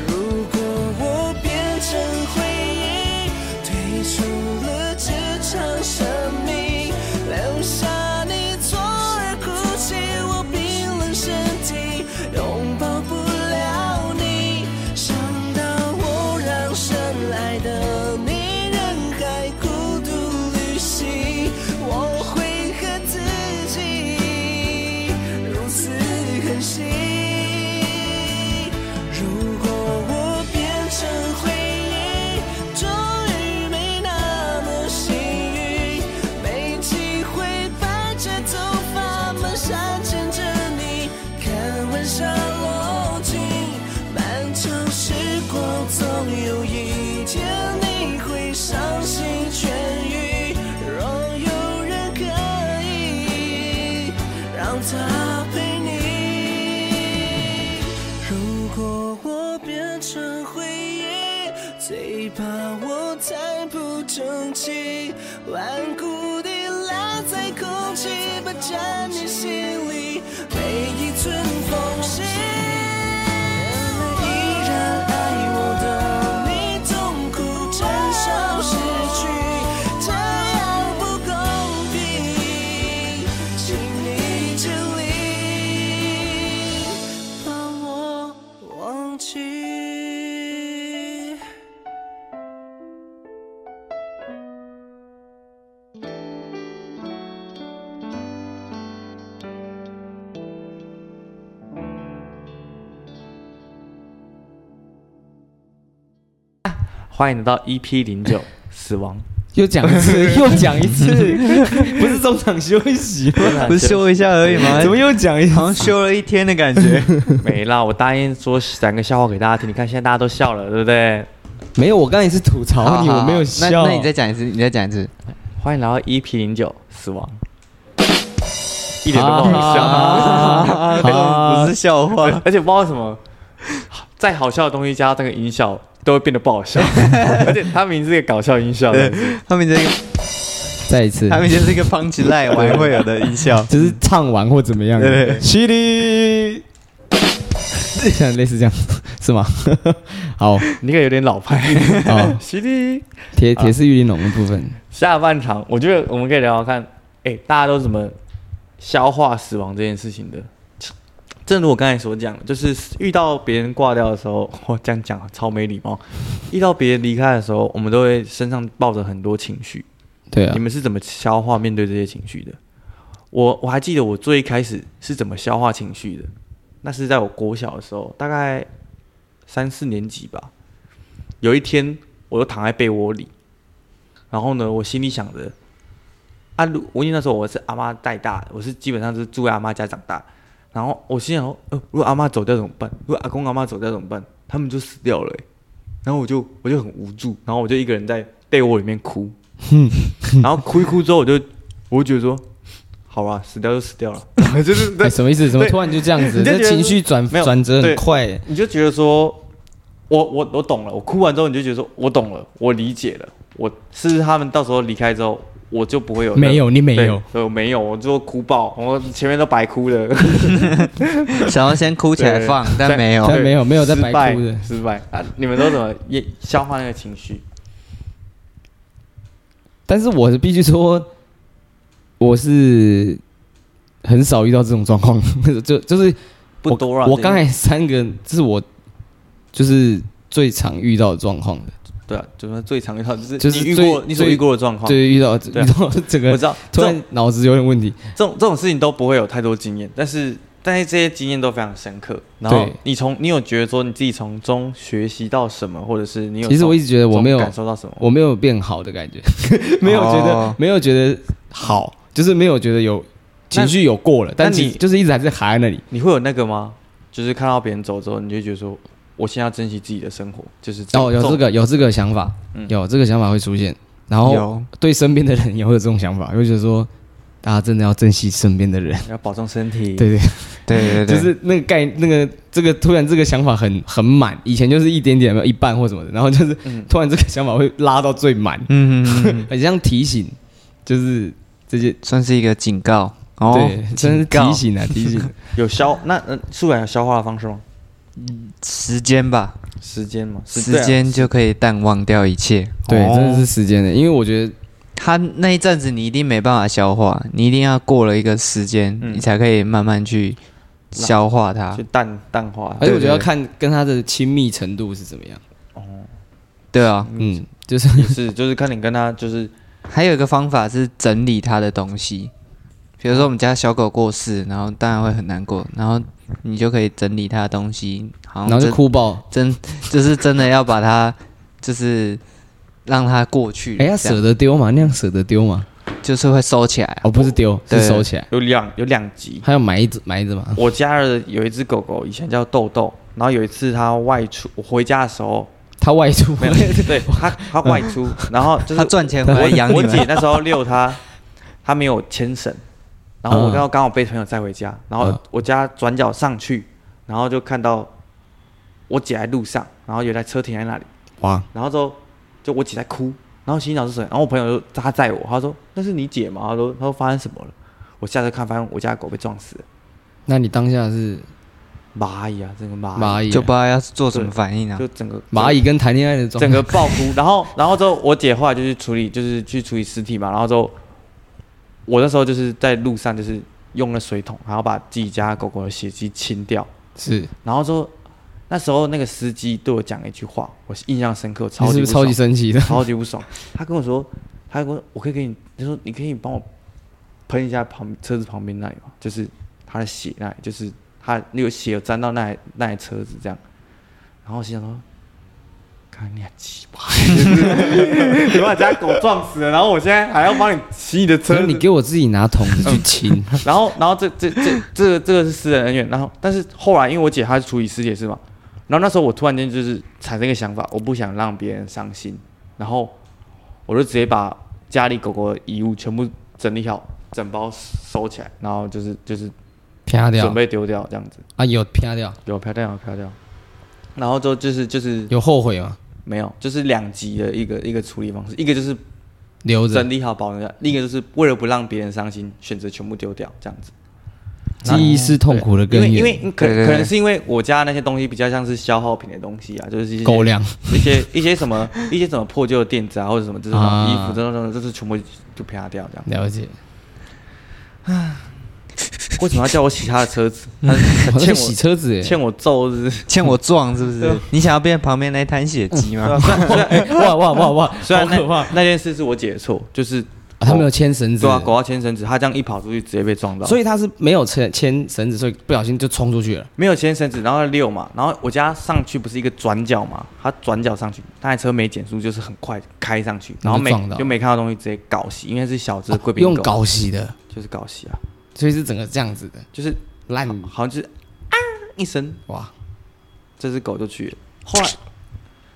[SPEAKER 4] 如果我变成回忆，退出了这场生命，留下你左耳哭泣，我冰冷身体拥抱不了你。想到我让深爱的你人海孤独旅行，我会恨自己如此狠心。如果我变成回忆，终于没那么幸运，没机会白着头发蹒跚牵着你，看晚霞落尽。漫长时光总有一天你会伤心痊愈，若有人可以让他陪你。如果我变成回忆，最怕我太不争气，顽固地赖在空气，霸占你心里每一寸缝隙。依然爱我的你，痛苦承受失去，这样不公平，请你尽力。把我忘记。
[SPEAKER 1] 欢迎来到 EP 零九死 亡。
[SPEAKER 2] 又讲一次，又讲一次，不是中场休息吗？
[SPEAKER 1] 啊
[SPEAKER 3] 不是修一下而已吗？
[SPEAKER 2] 怎么又讲一次？
[SPEAKER 3] 好像修了一天的感觉？
[SPEAKER 1] 没啦，我答应说讲个笑话给大家听，你看现在大家都笑了，对不对？
[SPEAKER 2] 没有，我刚才是吐槽你，我没有笑。
[SPEAKER 3] 那那你再讲一次，你再讲一 次。
[SPEAKER 1] 欢迎来到 EP 零九死亡，一点都不好笑。
[SPEAKER 3] 啊不是笑 话，
[SPEAKER 1] 而且不知道为什么，再好笑的东西加上那个音效，都会变得不好笑。 而且它明明是个搞笑音效，
[SPEAKER 3] 对他们这个，
[SPEAKER 2] 再一次，
[SPEAKER 3] 他们就是一个 punch line 我还会有的音效。
[SPEAKER 2] 只 是唱完或怎么样。
[SPEAKER 3] 对对
[SPEAKER 2] 犀利，像类似这样是吗？好，
[SPEAKER 1] 你可有点老派。
[SPEAKER 2] 好，
[SPEAKER 1] 犀利，
[SPEAKER 2] 铁铁丝玉玲珑的部分，
[SPEAKER 1] 下半场我觉得我们可以聊聊看，哎、大家都怎么消化死亡这件事情的？正如我刚才所讲，就是遇到别人挂掉的时候，我这样讲超没礼貌。遇到别人离开的时候，我们都会身上抱着很多情绪。
[SPEAKER 2] 对啊
[SPEAKER 1] 你，们是怎么消化面对这些情绪的？我我还记得我最一开始是怎么消化情绪的，那是在我国小的时候，大概三四年级吧。有一天，我就躺在被窝里，然后呢，我心里想着，啊，如我因为那时候我是阿妈带大的，我是基本上是住在阿妈家长大，然后我心想说，呃，如果阿妈走掉怎么办？如果阿公阿妈走掉怎么办？他们就死掉了欸、然后我就我就很无助，然后我就一个人在被窝里面哭，然后哭一哭之后，我就我就觉得说，好啊，死掉就死掉了，就是
[SPEAKER 2] 哎
[SPEAKER 1] 对，
[SPEAKER 2] 什么意思？怎么突然就这样子？
[SPEAKER 1] 你就
[SPEAKER 2] 这
[SPEAKER 1] 觉得
[SPEAKER 2] 情绪转
[SPEAKER 1] 没有
[SPEAKER 2] 转折很
[SPEAKER 1] 对
[SPEAKER 2] 快欸。
[SPEAKER 1] 你就觉得说，我我我懂了，我哭完之后你就觉得说我懂了，我理解了，我是不是他们到时候离开之后，我就不会有
[SPEAKER 2] 没有你没
[SPEAKER 1] 对
[SPEAKER 2] 有
[SPEAKER 1] 对我没有，我就哭爆，我前面都白哭 了，
[SPEAKER 3] 想要先哭起来放，但没有
[SPEAKER 2] 但。没有没有在
[SPEAKER 1] 失败
[SPEAKER 2] 白哭的
[SPEAKER 1] 失败啊！你们都怎么也消化那个情绪？
[SPEAKER 2] 但是我是必须说，我是很少遇到这种状况， 就就是
[SPEAKER 1] 不多啊
[SPEAKER 2] 我。我
[SPEAKER 1] 这
[SPEAKER 2] 刚才三个，这是我就是最常遇到的状况的，
[SPEAKER 1] 对啊，就是最常遇到就是
[SPEAKER 2] 就是
[SPEAKER 1] 你遇
[SPEAKER 2] 最
[SPEAKER 1] 过你所
[SPEAKER 2] 最
[SPEAKER 1] 遇过的状况
[SPEAKER 2] 就。是遇到遇
[SPEAKER 1] 对啊
[SPEAKER 2] 到整
[SPEAKER 1] 我
[SPEAKER 2] 个
[SPEAKER 1] 知道，
[SPEAKER 2] 突
[SPEAKER 1] 这种
[SPEAKER 2] 然脑子有点问题，
[SPEAKER 1] 这种这种事情都不会有太多经验，但是但是这些经验都非常深刻。然后
[SPEAKER 2] 对
[SPEAKER 1] 你从你有觉得说你自己从中学习到什么，或者是你有
[SPEAKER 2] 其实我一
[SPEAKER 1] 直
[SPEAKER 2] 直觉得我没有
[SPEAKER 1] 感受到什么，
[SPEAKER 2] 我没有变好的感觉， 没有觉得、
[SPEAKER 3] 哦
[SPEAKER 2] 没有觉得好，就是没有觉得有情绪有过了，但
[SPEAKER 1] 那
[SPEAKER 2] 你
[SPEAKER 1] 你
[SPEAKER 2] 就是一直还是卡在那里。
[SPEAKER 1] 你会有那个吗？就是看到别人走之后，你就觉得说我现在要珍惜自己的生活，就是
[SPEAKER 2] 哦，有这
[SPEAKER 1] 种
[SPEAKER 2] 个有这个想法，
[SPEAKER 1] 嗯
[SPEAKER 2] 有这个想法会出现，然后
[SPEAKER 3] 有
[SPEAKER 2] 对身边的人也会有这种想法， 会觉得说，大家真的要珍惜身边的 人。
[SPEAKER 1] 要保重身体。
[SPEAKER 2] 对对，
[SPEAKER 3] 对对对，
[SPEAKER 2] 就是那个概那个这个突然这个想法很很满，以前就是一点点一半或什么的，然后就是
[SPEAKER 1] 嗯
[SPEAKER 2] 突然这个想法会拉到最满，
[SPEAKER 3] 嗯，嗯嗯 嗯
[SPEAKER 2] 很像提醒，就是这些
[SPEAKER 3] 算是一个警告哦
[SPEAKER 2] 对，，真是
[SPEAKER 3] 警告
[SPEAKER 2] 提醒啊提醒。
[SPEAKER 1] 有消那呃，素然有消化的方式吗？
[SPEAKER 3] 时间吧，
[SPEAKER 1] 时间吗？是
[SPEAKER 3] 时间就可以淡忘掉一切。
[SPEAKER 2] 啊对，
[SPEAKER 1] 哦
[SPEAKER 2] 真的是时间的，因为我觉得
[SPEAKER 3] 他那一阵子你一定没办法消化，你一定要过了一个时间，
[SPEAKER 1] 嗯
[SPEAKER 3] 你才可以慢慢去消化它
[SPEAKER 1] 去。啊淡淡化。
[SPEAKER 2] 哎而且我觉得要
[SPEAKER 3] 对对对
[SPEAKER 2] 看跟他的亲密程度是怎么样，
[SPEAKER 3] 对啊，
[SPEAKER 2] 嗯，就是
[SPEAKER 1] 也是，就是看你跟他就是
[SPEAKER 3] 还有一个方法是整理它的东西，比如说我们家小狗过世，然后当然会很难过，然后你就可以整理它的东西，好
[SPEAKER 2] 然后
[SPEAKER 3] 像
[SPEAKER 2] 就
[SPEAKER 3] 真
[SPEAKER 2] 哭爆。
[SPEAKER 3] 真就是真的要把它就是让它过去，
[SPEAKER 2] 哎、要
[SPEAKER 3] 这样
[SPEAKER 2] 舍得丢吗？那样舍得丢吗？
[SPEAKER 3] 就是会收起来。啊
[SPEAKER 2] 哦，不是丢，
[SPEAKER 3] 对
[SPEAKER 2] 是收起来，
[SPEAKER 1] 有两有两集，
[SPEAKER 2] 还要埋一只埋一只 嘛。
[SPEAKER 1] 我家的有一只狗狗，以前叫豆豆，然后有一次它外出，我回家的时 候
[SPEAKER 2] 他外出
[SPEAKER 1] 没有， 对它它外出，然后就是
[SPEAKER 3] 它赚钱回来养你
[SPEAKER 1] 我
[SPEAKER 3] 们
[SPEAKER 1] 姐那时候遛它，它没有牵绳，然后我
[SPEAKER 3] 嗯
[SPEAKER 1] 刚好刚好被朋友载回家，然后
[SPEAKER 2] 嗯
[SPEAKER 1] 我家转角上去，然后就看到我姐在路上，然后有台车停在那里，
[SPEAKER 2] 哇，
[SPEAKER 1] 然后之后就我姐在哭，然后心想是谁？然后我朋友就他载我，他说那是你姐吗？他说他说发生什么了？我下车看，发现我家的狗被撞死了，
[SPEAKER 2] 那你当下是
[SPEAKER 1] 蚂蚁啊，整个蚂蚁。
[SPEAKER 2] 蚂蚁啊，
[SPEAKER 3] 就不知道要做什么反应啊！
[SPEAKER 1] 就整个
[SPEAKER 2] 蚂蚁跟谈恋爱的
[SPEAKER 1] 整
[SPEAKER 2] 状
[SPEAKER 1] 整
[SPEAKER 2] 态
[SPEAKER 1] 个爆哭， 然后然后之后我姐后来就去处理，就是去处理尸体嘛，然后之后我那时候就是在路上就是用了水桶，然后把自己家狗狗的血迹清掉，
[SPEAKER 2] 是，
[SPEAKER 1] 然后之后那时候那个司机对我讲了一句话，我印象深刻，
[SPEAKER 2] 你
[SPEAKER 1] 超
[SPEAKER 2] 是
[SPEAKER 1] 级
[SPEAKER 2] 不
[SPEAKER 1] 不
[SPEAKER 2] 是超级
[SPEAKER 1] 爽
[SPEAKER 2] 生气的？
[SPEAKER 1] 超级不爽，他跟我说，他跟我说我可以给你，他说你可以帮我喷一下旁车子旁边那里嘛，就是他的血那里，就是他有血有沾到那台那台车子这样，然后我心想说，看你俩鸡巴， 你把家狗撞死了，然后我现在还要帮你骑你的
[SPEAKER 2] 可
[SPEAKER 1] 车
[SPEAKER 2] 是
[SPEAKER 1] 子
[SPEAKER 2] 你给我自己拿桶子去清，
[SPEAKER 1] 然后，然后这这这这个这个是私人恩怨。然后，但是后来因为我姐她是处理尸体的事嘛，然后那时候我突然间就是产生一个想法，我不想让别人伤心，然后我就直接把家里狗狗的遗物全部整理好，整包收起来，然后就是就是
[SPEAKER 2] 啪掉
[SPEAKER 1] 准备丢掉这样子，
[SPEAKER 2] 啊，有啪掉，
[SPEAKER 1] 有飘掉有飘掉。然后之后就是就是
[SPEAKER 2] 有后悔吗？
[SPEAKER 1] 没有，就是两极的一个一个处理方式，一个就是
[SPEAKER 2] 留着
[SPEAKER 1] 整理好保存下，另一个就是为了不让别人伤心，选择全部丢掉这样子。
[SPEAKER 2] 记忆是痛苦的
[SPEAKER 1] 因
[SPEAKER 2] 根
[SPEAKER 1] 为
[SPEAKER 2] 源，
[SPEAKER 1] 因为可
[SPEAKER 3] 对对对
[SPEAKER 1] 可能是因为我家那些东西比较像是消耗品的东西啊，就是一些
[SPEAKER 2] 狗粮
[SPEAKER 1] 一些一些什么一些什么破旧的垫子啊，或者什么这种
[SPEAKER 2] 啊
[SPEAKER 1] 衣服这种这种，就是全部就啪掉这样。
[SPEAKER 2] 了解。
[SPEAKER 1] 为什么要叫我洗他的车子？他
[SPEAKER 2] 我在
[SPEAKER 1] 欠
[SPEAKER 2] 洗
[SPEAKER 1] 我
[SPEAKER 2] 车子耶，
[SPEAKER 1] 欠我揍是不是？
[SPEAKER 3] 欠我撞是不是
[SPEAKER 1] 对？啊
[SPEAKER 3] 你想要变旁边那滩血迹吗？
[SPEAKER 2] 哇哇哇哇，
[SPEAKER 1] 虽然
[SPEAKER 2] 好可怕！
[SPEAKER 1] 那那件事是我姐的错，就是
[SPEAKER 2] 啊他没有牵绳子
[SPEAKER 1] 对，啊，狗要牵绳子，他这样一跑出去直接被撞到，
[SPEAKER 2] 所以他是没有牵牵绳子，所以不小心就冲出去了。
[SPEAKER 1] 没有牵绳子，然后溜嘛，然后我家上去不是一个转角嘛，他转角上去，那台车没减速，就是很快开上去，然后没
[SPEAKER 2] 然后撞到
[SPEAKER 1] 就没看到东西，直接搞洗，因为是小只的贵
[SPEAKER 2] 啊
[SPEAKER 1] 宾
[SPEAKER 2] 用
[SPEAKER 1] 狗，
[SPEAKER 2] 搞洗的，
[SPEAKER 1] 就是搞洗啊，
[SPEAKER 2] 所以是整个这样子的
[SPEAKER 1] 就是
[SPEAKER 2] 烂
[SPEAKER 1] 好像就是啊一声，
[SPEAKER 2] 哇！
[SPEAKER 1] 这只狗就去了。后来，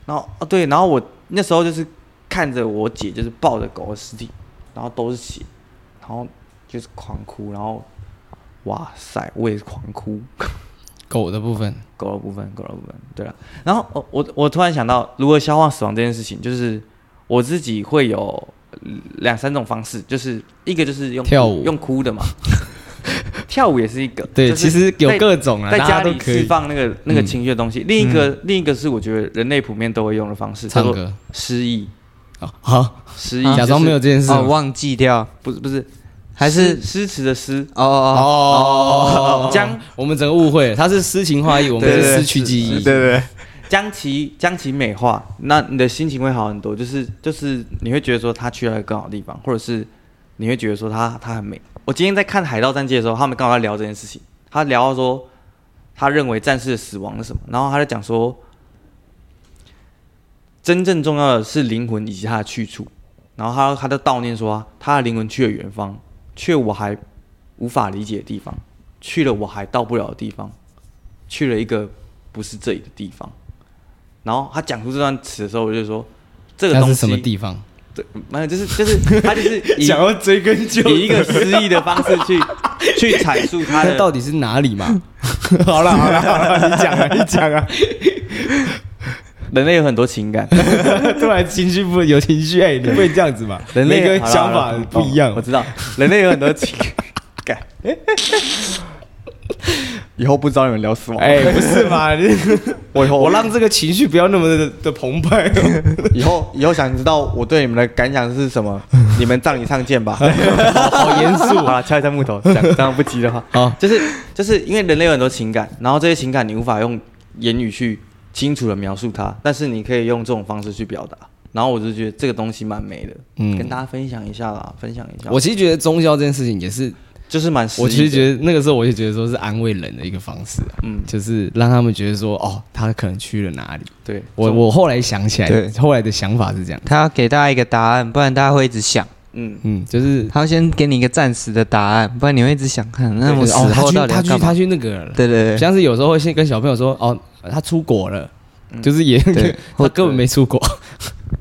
[SPEAKER 1] 然后哦对，然后我那时候就是看着我姐就是抱着狗的尸体，然后都是血，然后就是狂哭，然后哇塞，我也是狂哭。
[SPEAKER 2] 狗的部分，
[SPEAKER 1] 狗的部分，狗的部分，对了。然后我我我突然想到，如何消化死亡这件事情，就是我自己会有呃两三种方式，就是一个就是用哭
[SPEAKER 2] 跳舞
[SPEAKER 1] 用哭的嘛， 跳舞也是一个。
[SPEAKER 2] 对，
[SPEAKER 1] 就
[SPEAKER 2] 其
[SPEAKER 1] 是
[SPEAKER 2] 实有
[SPEAKER 1] 在
[SPEAKER 2] 各种啊，
[SPEAKER 1] 在
[SPEAKER 2] 大
[SPEAKER 1] 家
[SPEAKER 2] 都
[SPEAKER 1] 里
[SPEAKER 2] 可
[SPEAKER 1] 释
[SPEAKER 2] 以嗯
[SPEAKER 1] 放那个那个情绪的东西。另一个另一个是我觉得人类普遍都会用的方式，叫
[SPEAKER 2] 唱
[SPEAKER 1] 做
[SPEAKER 2] 歌
[SPEAKER 1] 失忆。
[SPEAKER 2] 哦好，
[SPEAKER 1] 失忆
[SPEAKER 2] 假装没有，这件事
[SPEAKER 3] 哦，
[SPEAKER 2] 吗，
[SPEAKER 3] 忘记掉，
[SPEAKER 1] 不是不是，
[SPEAKER 3] 还是
[SPEAKER 1] 诗诗词的诗，
[SPEAKER 3] 哦哦
[SPEAKER 2] 哦
[SPEAKER 1] 将
[SPEAKER 2] 我们整个误会了，他是诗情画意，我们
[SPEAKER 3] 对
[SPEAKER 2] 是
[SPEAKER 3] 对
[SPEAKER 2] 失去记忆。
[SPEAKER 3] 对，
[SPEAKER 1] 将其将其美化，那你的心情会好很多。就是就是你会觉得说他去了一个更好的地方，或者是你会觉得说他他很美。我今天在看《海盗战记》的时候，他们刚好在聊这件事情，他聊到说他认为战士的死亡是什么，然后他在讲说，真正重要的是灵魂以及他的去处。然后他他就悼念说，他的灵魂去了远方，去了我还无法理解的地方，去了我还到不了的地方，去了一个不是这里的地方。然后他讲出这段词的时候，我就说，这个
[SPEAKER 2] 那
[SPEAKER 1] 东西
[SPEAKER 2] 是什么地方？
[SPEAKER 1] 对，没有，就是就是他就是以
[SPEAKER 2] 要追根究
[SPEAKER 1] 以一个诗意的方式 去去阐述他
[SPEAKER 2] 那
[SPEAKER 1] 的
[SPEAKER 2] 到底是哪里嘛？好了好了好了，你讲啊你讲啊，
[SPEAKER 1] 人类有很多情感，
[SPEAKER 2] 突然情绪不有情绪，哎，你不会这样子嘛？
[SPEAKER 1] 人类
[SPEAKER 2] 每个人
[SPEAKER 1] 好啦
[SPEAKER 2] 想
[SPEAKER 1] 好
[SPEAKER 2] 法
[SPEAKER 1] 啦
[SPEAKER 2] 不一样
[SPEAKER 1] 哦我，知 道，人类有很多情感。以后不知道你们聊死亡
[SPEAKER 2] 哎，不是 嘛？你
[SPEAKER 1] 我以后
[SPEAKER 2] 我让这个情绪不要那么的的澎湃。
[SPEAKER 1] 以后以后想知道我对你们的感想是 什么，你们葬礼上见吧。
[SPEAKER 2] 好严肃啊
[SPEAKER 1] 好了，敲一下木头， 讲这样不急的话，
[SPEAKER 2] 好
[SPEAKER 1] 就是就是因为人类有很多情感，然后这些情感你无法用言语去清楚的描述它，但是你可以用这种方式去表达。然后我就觉得这个东西蛮美的，
[SPEAKER 2] 嗯
[SPEAKER 1] 跟大家分享一下啦，分享一 下。
[SPEAKER 2] 我其实觉得宗教这件事情也是，
[SPEAKER 1] 就是蛮诗意的，
[SPEAKER 2] 我其实觉得那个时候我就觉得说是安慰人的一个方式、啊，
[SPEAKER 1] 嗯
[SPEAKER 2] 就是让他们觉得说哦，他可能去了哪里。
[SPEAKER 1] 对
[SPEAKER 2] 我我后来想起来
[SPEAKER 3] 对，
[SPEAKER 2] 后来的想法是这样，
[SPEAKER 3] 他要给大家一个答案，不然大家会一直想。
[SPEAKER 1] 嗯，
[SPEAKER 2] 嗯，就是
[SPEAKER 3] 他要先给你一个暂时的答案，不然你会一直想看，那我
[SPEAKER 2] 就是
[SPEAKER 3] 死
[SPEAKER 2] 哦，他
[SPEAKER 3] 后
[SPEAKER 2] 去
[SPEAKER 3] 到底
[SPEAKER 2] 他
[SPEAKER 3] 要
[SPEAKER 2] 去
[SPEAKER 3] 干嘛
[SPEAKER 2] 他？去那个了，
[SPEAKER 3] 对对对，
[SPEAKER 2] 像是有时候会先跟小朋友说哦，他出国了，就是也
[SPEAKER 3] 嗯对
[SPEAKER 2] 他根本没出 国，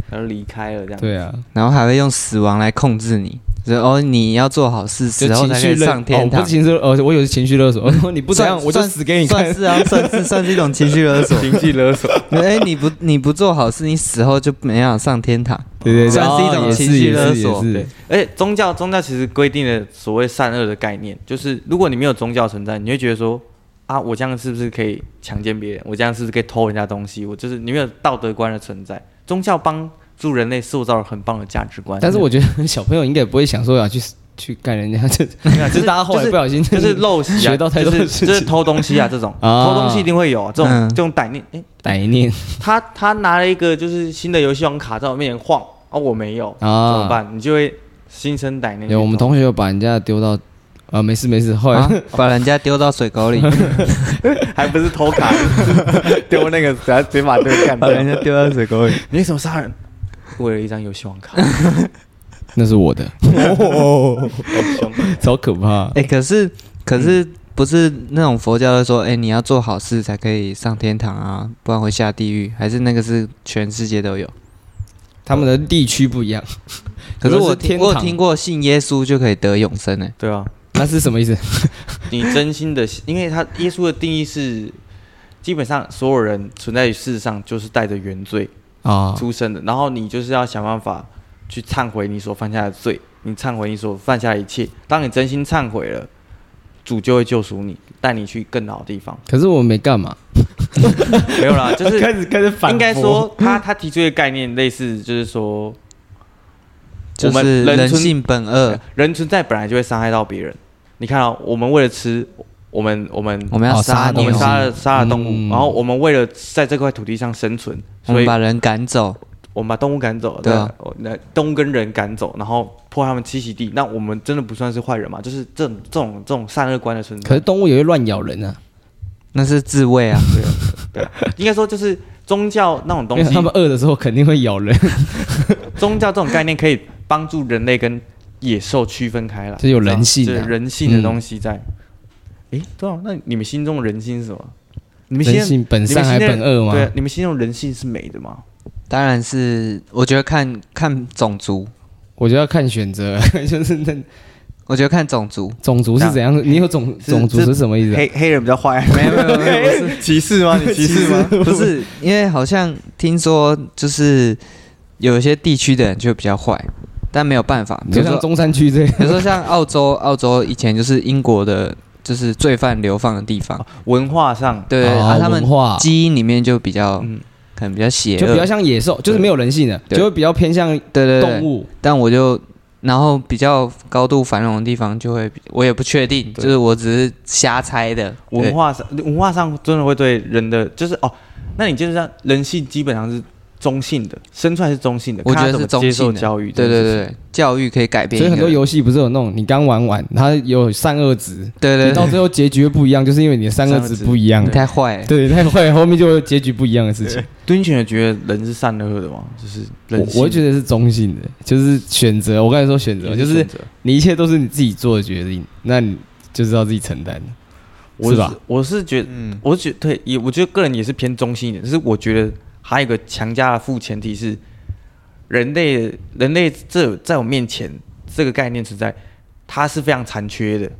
[SPEAKER 1] 然后离开了这样。
[SPEAKER 2] 对啊，
[SPEAKER 3] 然后还会用死亡来控制你，就是哦，你要做好事，
[SPEAKER 2] 就
[SPEAKER 3] 死后
[SPEAKER 2] 情
[SPEAKER 3] 才可
[SPEAKER 2] 绪
[SPEAKER 3] 以
[SPEAKER 2] 勒
[SPEAKER 3] 上天
[SPEAKER 2] 哦，不
[SPEAKER 3] 堂
[SPEAKER 2] 是。情绪勒，哦，我有情绪勒索，我说你不这样，我就
[SPEAKER 3] 算
[SPEAKER 2] 死给你看
[SPEAKER 3] 算，是啊，算是算是一种情绪勒 索。
[SPEAKER 1] 情绪勒 索，
[SPEAKER 3] 哎，你不你不做好事，你死后就没办法上天堂。
[SPEAKER 2] 对对对，
[SPEAKER 3] 算是一
[SPEAKER 2] 哦
[SPEAKER 3] 种
[SPEAKER 2] 也
[SPEAKER 3] 情绪
[SPEAKER 2] 也
[SPEAKER 3] 勒
[SPEAKER 2] 是也
[SPEAKER 3] 索
[SPEAKER 2] 是
[SPEAKER 1] 对，而且宗教宗教其实规定了所谓善恶的概念，就是如果你没有宗教存在，你会觉得说啊，我这样是不是可以强奸别人？我这样是不是可以偷人家东西？我就是你没有道德观的存在，宗教帮助人类塑造了很棒的价值观。
[SPEAKER 2] 但 是我觉得 小朋友应该也不会想说要去去干人家，这这大家后来不小心
[SPEAKER 1] 就是就是陋习啊，
[SPEAKER 2] 学到太多
[SPEAKER 1] 就
[SPEAKER 2] 的
[SPEAKER 1] 是
[SPEAKER 2] 事情
[SPEAKER 1] 就是偷东西啊这种，
[SPEAKER 2] 啊
[SPEAKER 1] 偷东西一定会有啊这种、
[SPEAKER 3] 嗯
[SPEAKER 1] 这种歹念。哎、
[SPEAKER 2] 歹念
[SPEAKER 1] 他他拿了一个就是哎新的游戏王卡在我面前晃，啊我没有，怎么
[SPEAKER 2] 啊。
[SPEAKER 1] 办？你就会心生歹念去偷。
[SPEAKER 2] 有我们同学有把人家丢到啊，没事没事，后来、
[SPEAKER 3] 啊，把人家丢到水沟 里，
[SPEAKER 1] 还不是偷卡， 丢那个，然后直接把这个干
[SPEAKER 3] 把人家丢到水沟里。
[SPEAKER 1] 你为什么杀人？为了一张游戏王卡，
[SPEAKER 2] 那是我的，
[SPEAKER 1] 凶。
[SPEAKER 2] 超可怕。
[SPEAKER 3] 哎、可是可是
[SPEAKER 1] 嗯
[SPEAKER 3] 不是那种佛教的说，哎、你要做好事才可以上天堂啊，不然会下地狱。还是那个是全世界都有。
[SPEAKER 2] 他们的地区不一样，
[SPEAKER 3] 可是
[SPEAKER 2] 有的
[SPEAKER 3] 我
[SPEAKER 2] 是
[SPEAKER 3] 听
[SPEAKER 2] 天
[SPEAKER 3] 我有
[SPEAKER 2] 堂
[SPEAKER 3] 听过信耶稣就可以得永生哎呢、
[SPEAKER 1] 对啊，
[SPEAKER 2] 那是什么意思？
[SPEAKER 1] 你真心的，因为他耶稣的定义是，基本上所有人存在于世上就是带着原罪
[SPEAKER 2] 啊、
[SPEAKER 1] 出生的，然后你就是要想办法去忏悔你所犯下的罪，你忏悔你所犯下的一切。当你真心忏悔了，主就会救赎你，带你去更好的地 方。
[SPEAKER 2] 可是我没干嘛，
[SPEAKER 1] 没有啦，就是
[SPEAKER 2] 始开始
[SPEAKER 1] 应该说他他提出一个概念，类似就是说，
[SPEAKER 3] 就
[SPEAKER 1] 我们
[SPEAKER 3] 是
[SPEAKER 1] 人
[SPEAKER 3] 人
[SPEAKER 1] 存
[SPEAKER 3] 性本恶，
[SPEAKER 1] 人存在本来就会伤害到别人。你看啊、我们为了吃，我们我们
[SPEAKER 3] 我们要
[SPEAKER 2] 哦
[SPEAKER 3] 杀
[SPEAKER 2] 杀
[SPEAKER 1] 我
[SPEAKER 3] 牛
[SPEAKER 2] 东
[SPEAKER 1] 们
[SPEAKER 2] 西，
[SPEAKER 1] 杀了杀了动物，
[SPEAKER 2] 嗯
[SPEAKER 1] 然后我们为了在这块土地上生存，
[SPEAKER 3] 我
[SPEAKER 1] 所
[SPEAKER 3] 们
[SPEAKER 1] 以
[SPEAKER 3] 把人赶走，
[SPEAKER 1] 我们把动物赶走，
[SPEAKER 3] 对啊
[SPEAKER 1] 那，那动物跟人赶走，然后破坏他们栖息地，那我们真的不算是坏人嘛？就是这种这种这种善恶观的存
[SPEAKER 2] 可
[SPEAKER 1] 在
[SPEAKER 2] 是，动物也会乱咬人啊，
[SPEAKER 3] 那是自卫啊。
[SPEAKER 1] 应该说就是宗教那种
[SPEAKER 2] 因
[SPEAKER 1] 东
[SPEAKER 2] 为
[SPEAKER 1] 西
[SPEAKER 2] 他，们饿的时候肯定会咬人，
[SPEAKER 1] 宗教这种概念可以帮助人类跟野兽区分开来，
[SPEAKER 2] 这有人性啊
[SPEAKER 1] 就是人性的东西在。
[SPEAKER 3] 嗯
[SPEAKER 1] 诶，对啊，那你们心中的人性是什么？你们心
[SPEAKER 2] 人性本善还本恶吗？
[SPEAKER 1] 对啊，你们心中人性是美的吗？
[SPEAKER 3] 当然是，我觉得看看种族，
[SPEAKER 2] 我就要看选择，啊 就是那
[SPEAKER 3] 我觉得看种族，
[SPEAKER 2] 种族是怎样？你有种
[SPEAKER 1] 是
[SPEAKER 2] 种族是什么意思啊、
[SPEAKER 1] 黑黑人比较坏，
[SPEAKER 3] 没有没有没 有，不是
[SPEAKER 1] 歧视 吗？你歧视吗？
[SPEAKER 3] 不是，因为好像听说就是有一些地区的人就比较坏，但没有办法，比
[SPEAKER 2] 就
[SPEAKER 3] 如
[SPEAKER 2] 像
[SPEAKER 3] 说
[SPEAKER 2] 中山区这样，
[SPEAKER 3] 比如说像澳洲，澳洲以前就是英国的，就是罪犯流放的地方，
[SPEAKER 1] 文化上，
[SPEAKER 3] 对，
[SPEAKER 2] 哦
[SPEAKER 3] 啊，他们
[SPEAKER 2] 文化
[SPEAKER 3] 基因里面就比较
[SPEAKER 1] 嗯，
[SPEAKER 3] 可能比较邪恶，
[SPEAKER 2] 就比较像野兽，就是没有人性的，
[SPEAKER 3] 对
[SPEAKER 2] 就会比较偏向
[SPEAKER 3] 对对对
[SPEAKER 2] 动物。
[SPEAKER 3] 但我就然后比较高度繁荣的地方就会比，我也不确定，
[SPEAKER 1] 对
[SPEAKER 3] 就是我只是瞎猜的。
[SPEAKER 1] 文化上，文化上真的会对人的，就是哦，那你就是这样，人性基本上是中性的，生出来是中性的，
[SPEAKER 3] 我觉得
[SPEAKER 1] 看他
[SPEAKER 3] 是
[SPEAKER 1] 怎
[SPEAKER 3] 中
[SPEAKER 1] 么接受
[SPEAKER 3] 性的
[SPEAKER 1] 教育，
[SPEAKER 3] 对对对，，对教育可以改变一
[SPEAKER 2] 所以
[SPEAKER 3] 个
[SPEAKER 2] 很
[SPEAKER 3] 人，
[SPEAKER 2] 多游戏不是有那种你刚玩完，它有善恶值，
[SPEAKER 3] 对对
[SPEAKER 2] 你到
[SPEAKER 3] 对，
[SPEAKER 2] 最后结局会不一样，就是因为你的善恶值不一样
[SPEAKER 3] 你。太坏了。
[SPEAKER 2] 对，太坏，后面就会有结局不一样的事情。
[SPEAKER 1] 敦犬也觉得人是善恶的嘛，就是人性
[SPEAKER 2] 我我觉得是中性的，就是选择。我刚才说选择，
[SPEAKER 1] 人
[SPEAKER 2] 就是
[SPEAKER 1] 选择
[SPEAKER 2] 你一切都是你自己做的决定，那你就是要自己承担。
[SPEAKER 1] 我
[SPEAKER 2] 是吧？
[SPEAKER 1] 我是觉得，
[SPEAKER 3] 嗯，
[SPEAKER 1] 我觉得对，也我觉得个人也是偏中性一点，只是我觉得还有一个强加的副前提是，人类人类这在我面前这个概念存在，它是非常残缺的，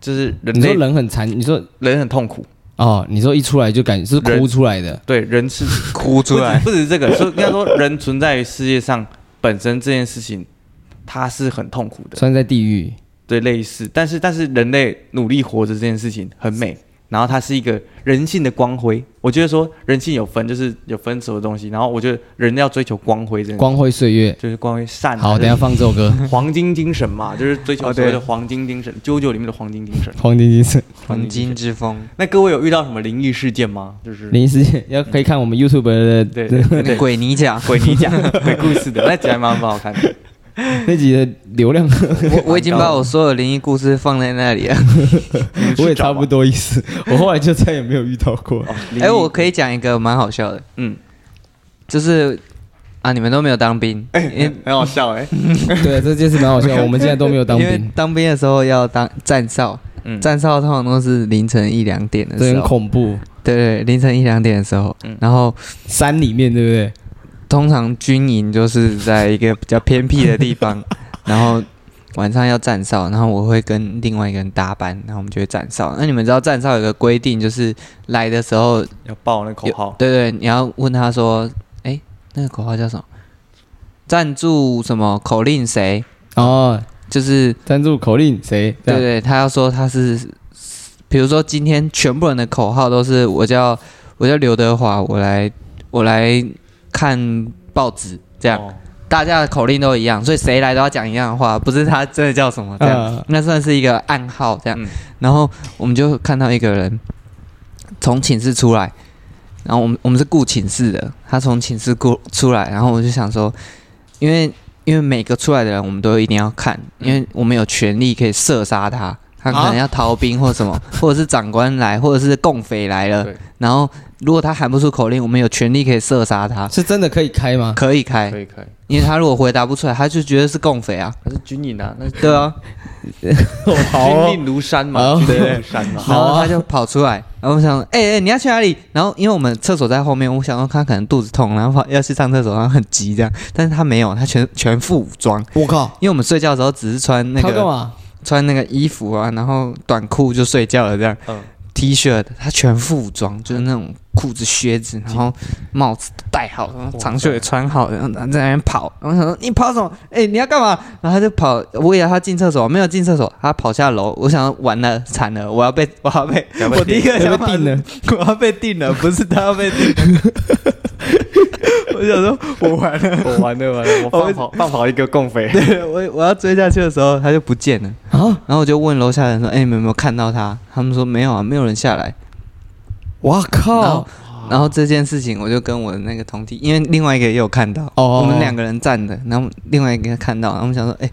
[SPEAKER 1] 就是人
[SPEAKER 2] 你说
[SPEAKER 1] 类
[SPEAKER 2] 人很残，你说
[SPEAKER 1] 人很痛苦，
[SPEAKER 2] 哦，你说一出来就感是
[SPEAKER 1] 人
[SPEAKER 2] 哭出来的，
[SPEAKER 1] 对，人是
[SPEAKER 3] 哭出来。
[SPEAKER 1] 不止不止这个，说应该说人存在于世界上本身这件事情，它是很痛苦的，
[SPEAKER 2] 算在地狱。
[SPEAKER 1] 对，类似。但是但是人类努力活着这件事情很美，然后它是一个人性的光辉。我觉得说人性有分，就是有分什么东西，然后我觉得人要追求光辉这件事，
[SPEAKER 2] 光辉岁月。
[SPEAKER 1] 就是光辉善啊。
[SPEAKER 2] 好，
[SPEAKER 1] 就是
[SPEAKER 2] 等一下放这首歌，
[SPEAKER 1] 黄金精神 嘛，就是追求
[SPEAKER 3] 哦
[SPEAKER 1] 所谓的
[SPEAKER 3] 对
[SPEAKER 1] 黄金精神，啾啾里面的黄金精神
[SPEAKER 2] 《黄金精神
[SPEAKER 3] 黄金之风，
[SPEAKER 1] 那各位有遇到什么灵异事件吗？就是》
[SPEAKER 2] 临时要可以看我们 YouTube 的
[SPEAKER 1] 对对对对
[SPEAKER 3] 鬼你讲，
[SPEAKER 1] 鬼你讲鬼故事的那 集还蛮蛮好看的。
[SPEAKER 2] 那集的流量，
[SPEAKER 3] 我我已经把我所有灵异故事放在那里了。
[SPEAKER 2] 我也差不多意思。我后来就再也没有遇到过。
[SPEAKER 1] 哦
[SPEAKER 3] 哎、我可以讲一个蛮好笑的，
[SPEAKER 1] 嗯，
[SPEAKER 3] 就是啊，你们都没有当兵，因为
[SPEAKER 1] 很好笑哎、
[SPEAKER 2] 嗯 对，这件事蛮好笑，我们现在都没有当
[SPEAKER 3] 因为
[SPEAKER 2] 兵，
[SPEAKER 3] 当兵的时候要当站哨，
[SPEAKER 1] 嗯
[SPEAKER 3] 站哨通常都是凌晨一两点的
[SPEAKER 2] 这
[SPEAKER 3] 时
[SPEAKER 2] 很
[SPEAKER 3] 候，
[SPEAKER 2] 恐怖。
[SPEAKER 3] 对对，凌晨一两点的时候，
[SPEAKER 1] 嗯
[SPEAKER 3] 然后
[SPEAKER 2] 山里面对不对？
[SPEAKER 3] 通常军营就是在一个比较偏僻的 地方，然后晚上要站哨，然后我会跟另外一个人搭班，然后我们就会站哨。那你们知道站哨有个规定，就是来的时候，
[SPEAKER 1] 要报那口号，
[SPEAKER 3] 对对，你要问他说，哎，那个口号叫什么？赞助什么口令谁？
[SPEAKER 2] 哦，
[SPEAKER 3] 就是
[SPEAKER 2] 赞助口令谁？这
[SPEAKER 3] 对
[SPEAKER 2] 样
[SPEAKER 3] 对，他要说他是，比如说今天全部人的口号都是我叫我叫刘德华，我来我来看报纸这样。
[SPEAKER 1] 哦
[SPEAKER 3] 大家的口令都一样，所以谁来都要讲一样的话，不是他真的叫什么这样，
[SPEAKER 2] 嗯
[SPEAKER 3] 那算是一个暗号这样。
[SPEAKER 1] 嗯
[SPEAKER 3] 然后我们就看到一个人从寝室出来，然后我们我们是顾寝室的，他从寝室过出来，然后我就想说，因为因为每个出来的人我们都一定要看，因为我们有权利可以射杀他，他可能要逃兵或什么，或者是长官来，或者是共匪来了
[SPEAKER 1] 对，
[SPEAKER 3] 然后如果他喊不出口令，我们有权利可以射杀他，
[SPEAKER 2] 是啊真的可以开吗？
[SPEAKER 3] 可以开
[SPEAKER 1] 可，以可以，
[SPEAKER 3] 因为他如果回答不出来，他就觉得是共匪啊，
[SPEAKER 1] 那是军营啊，那是
[SPEAKER 3] 对啊，
[SPEAKER 1] 军令如山嘛，
[SPEAKER 2] 好
[SPEAKER 1] 军令如山嘛。
[SPEAKER 3] 然
[SPEAKER 2] 好
[SPEAKER 3] 后
[SPEAKER 2] 啊
[SPEAKER 3] 他就跑出来，然后我想说，哎、哎、你要去哪里？然后因为我们厕所在后面，我想说他可能肚子痛，然后跑要去上厕所，然后很急这样，但是他没有，他全全副武装，
[SPEAKER 2] 我靠，
[SPEAKER 3] 因为我们睡觉的时候只是穿那
[SPEAKER 2] 他干
[SPEAKER 3] 个
[SPEAKER 2] 嘛？
[SPEAKER 3] 穿那个衣服啊，然后短裤就睡觉了这样，
[SPEAKER 1] 嗯
[SPEAKER 3] T 恤，他全副武装，就是那种裤子、靴子，
[SPEAKER 2] 嗯
[SPEAKER 3] 然后帽子都戴好，然后长袖也穿好，然后在那边跑。然后想说你跑什么？哎、你要干嘛？然后他就跑，我以为他进厕所，没有进厕所，他跑下楼。我想说完了，惨了，我要被 我要被
[SPEAKER 1] 要被
[SPEAKER 3] 我第一个
[SPEAKER 2] 定
[SPEAKER 3] 想法
[SPEAKER 2] 要被定了
[SPEAKER 3] 是，我要被定了，不是他要被定了。 我想说，我完了，
[SPEAKER 1] 我完了完了，我放跑放跑一个共匪，
[SPEAKER 3] 对我我要追下去的时候，他就不见了。
[SPEAKER 2] 啊，
[SPEAKER 3] 然后我就问楼下的人说：“哎、你们有没有看到他？”他们说：“没有啊，没有人下来。”
[SPEAKER 2] 我
[SPEAKER 3] 然后
[SPEAKER 2] 靠，
[SPEAKER 3] 然后这件事情，我就跟我的那个同梯，因为另外一个也有看到，
[SPEAKER 2] 哦
[SPEAKER 3] 我们两个人站的，然后另外一个看到，然后我们想说，哎、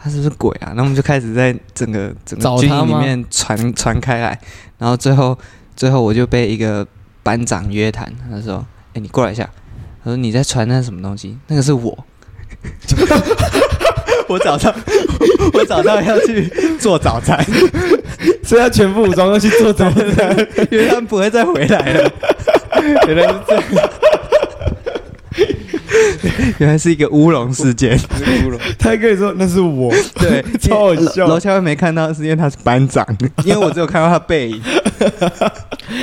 [SPEAKER 3] 他是不是鬼啊？然后我们就开始在整个整
[SPEAKER 2] 找
[SPEAKER 3] 个
[SPEAKER 2] 他
[SPEAKER 3] 军营里
[SPEAKER 2] 吗
[SPEAKER 3] 面传传开来，然后最后最后我就被一个班长约谈，他说，哎、你过来一下，他说你在传那什么东西？那个是我。 我早上，我早上要去做早餐，
[SPEAKER 2] 所以他全副武装要去做早餐，
[SPEAKER 3] 因为他们不会再回来了。
[SPEAKER 2] 原来是这样。
[SPEAKER 3] 原来是一个乌龙事件。
[SPEAKER 2] 他还跟你说那是我，
[SPEAKER 3] 对，
[SPEAKER 2] 超好笑
[SPEAKER 3] 楼楼下面没看到，是因为他是班长，因为我只有看到他背影。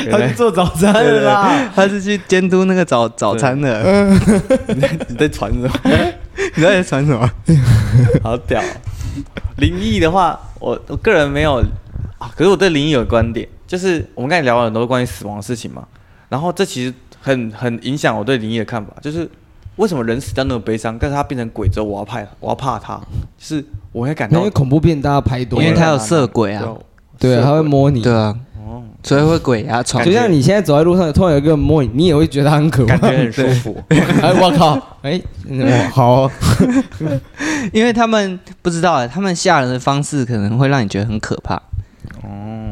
[SPEAKER 1] 原
[SPEAKER 2] 他去
[SPEAKER 1] 来
[SPEAKER 2] 做早餐了啦。
[SPEAKER 3] 他是去监督那个早早餐的。
[SPEAKER 1] 你在传什么？
[SPEAKER 3] 你在传什么？
[SPEAKER 1] 好屌！灵异的话，我我个人没有啊，可是我对灵异有观点，就是我们刚才聊了很多关于死亡的事情嘛，然后这其实很很影响我对灵异的看法，就是为什么人死掉那么悲伤，但是他变成鬼之后，我要怕我要怕他，就是我会感
[SPEAKER 2] 因
[SPEAKER 1] 到
[SPEAKER 2] 为恐怖片大家拍多
[SPEAKER 3] 因为
[SPEAKER 2] 了，
[SPEAKER 3] 他有色鬼啊，
[SPEAKER 2] 对，他会摸你。
[SPEAKER 3] 对啊，
[SPEAKER 1] 哦，
[SPEAKER 3] 所以会鬼压床
[SPEAKER 2] 就。像你现在走在路上，突然有一个人摸你，你也会觉得他很可怕
[SPEAKER 1] 感。觉很舒服。
[SPEAKER 2] 哎，我 靠！哎，我好哦，
[SPEAKER 3] 因为他们不知道啊，他们吓人的方式可能会让你觉得很可怕。
[SPEAKER 1] 哦，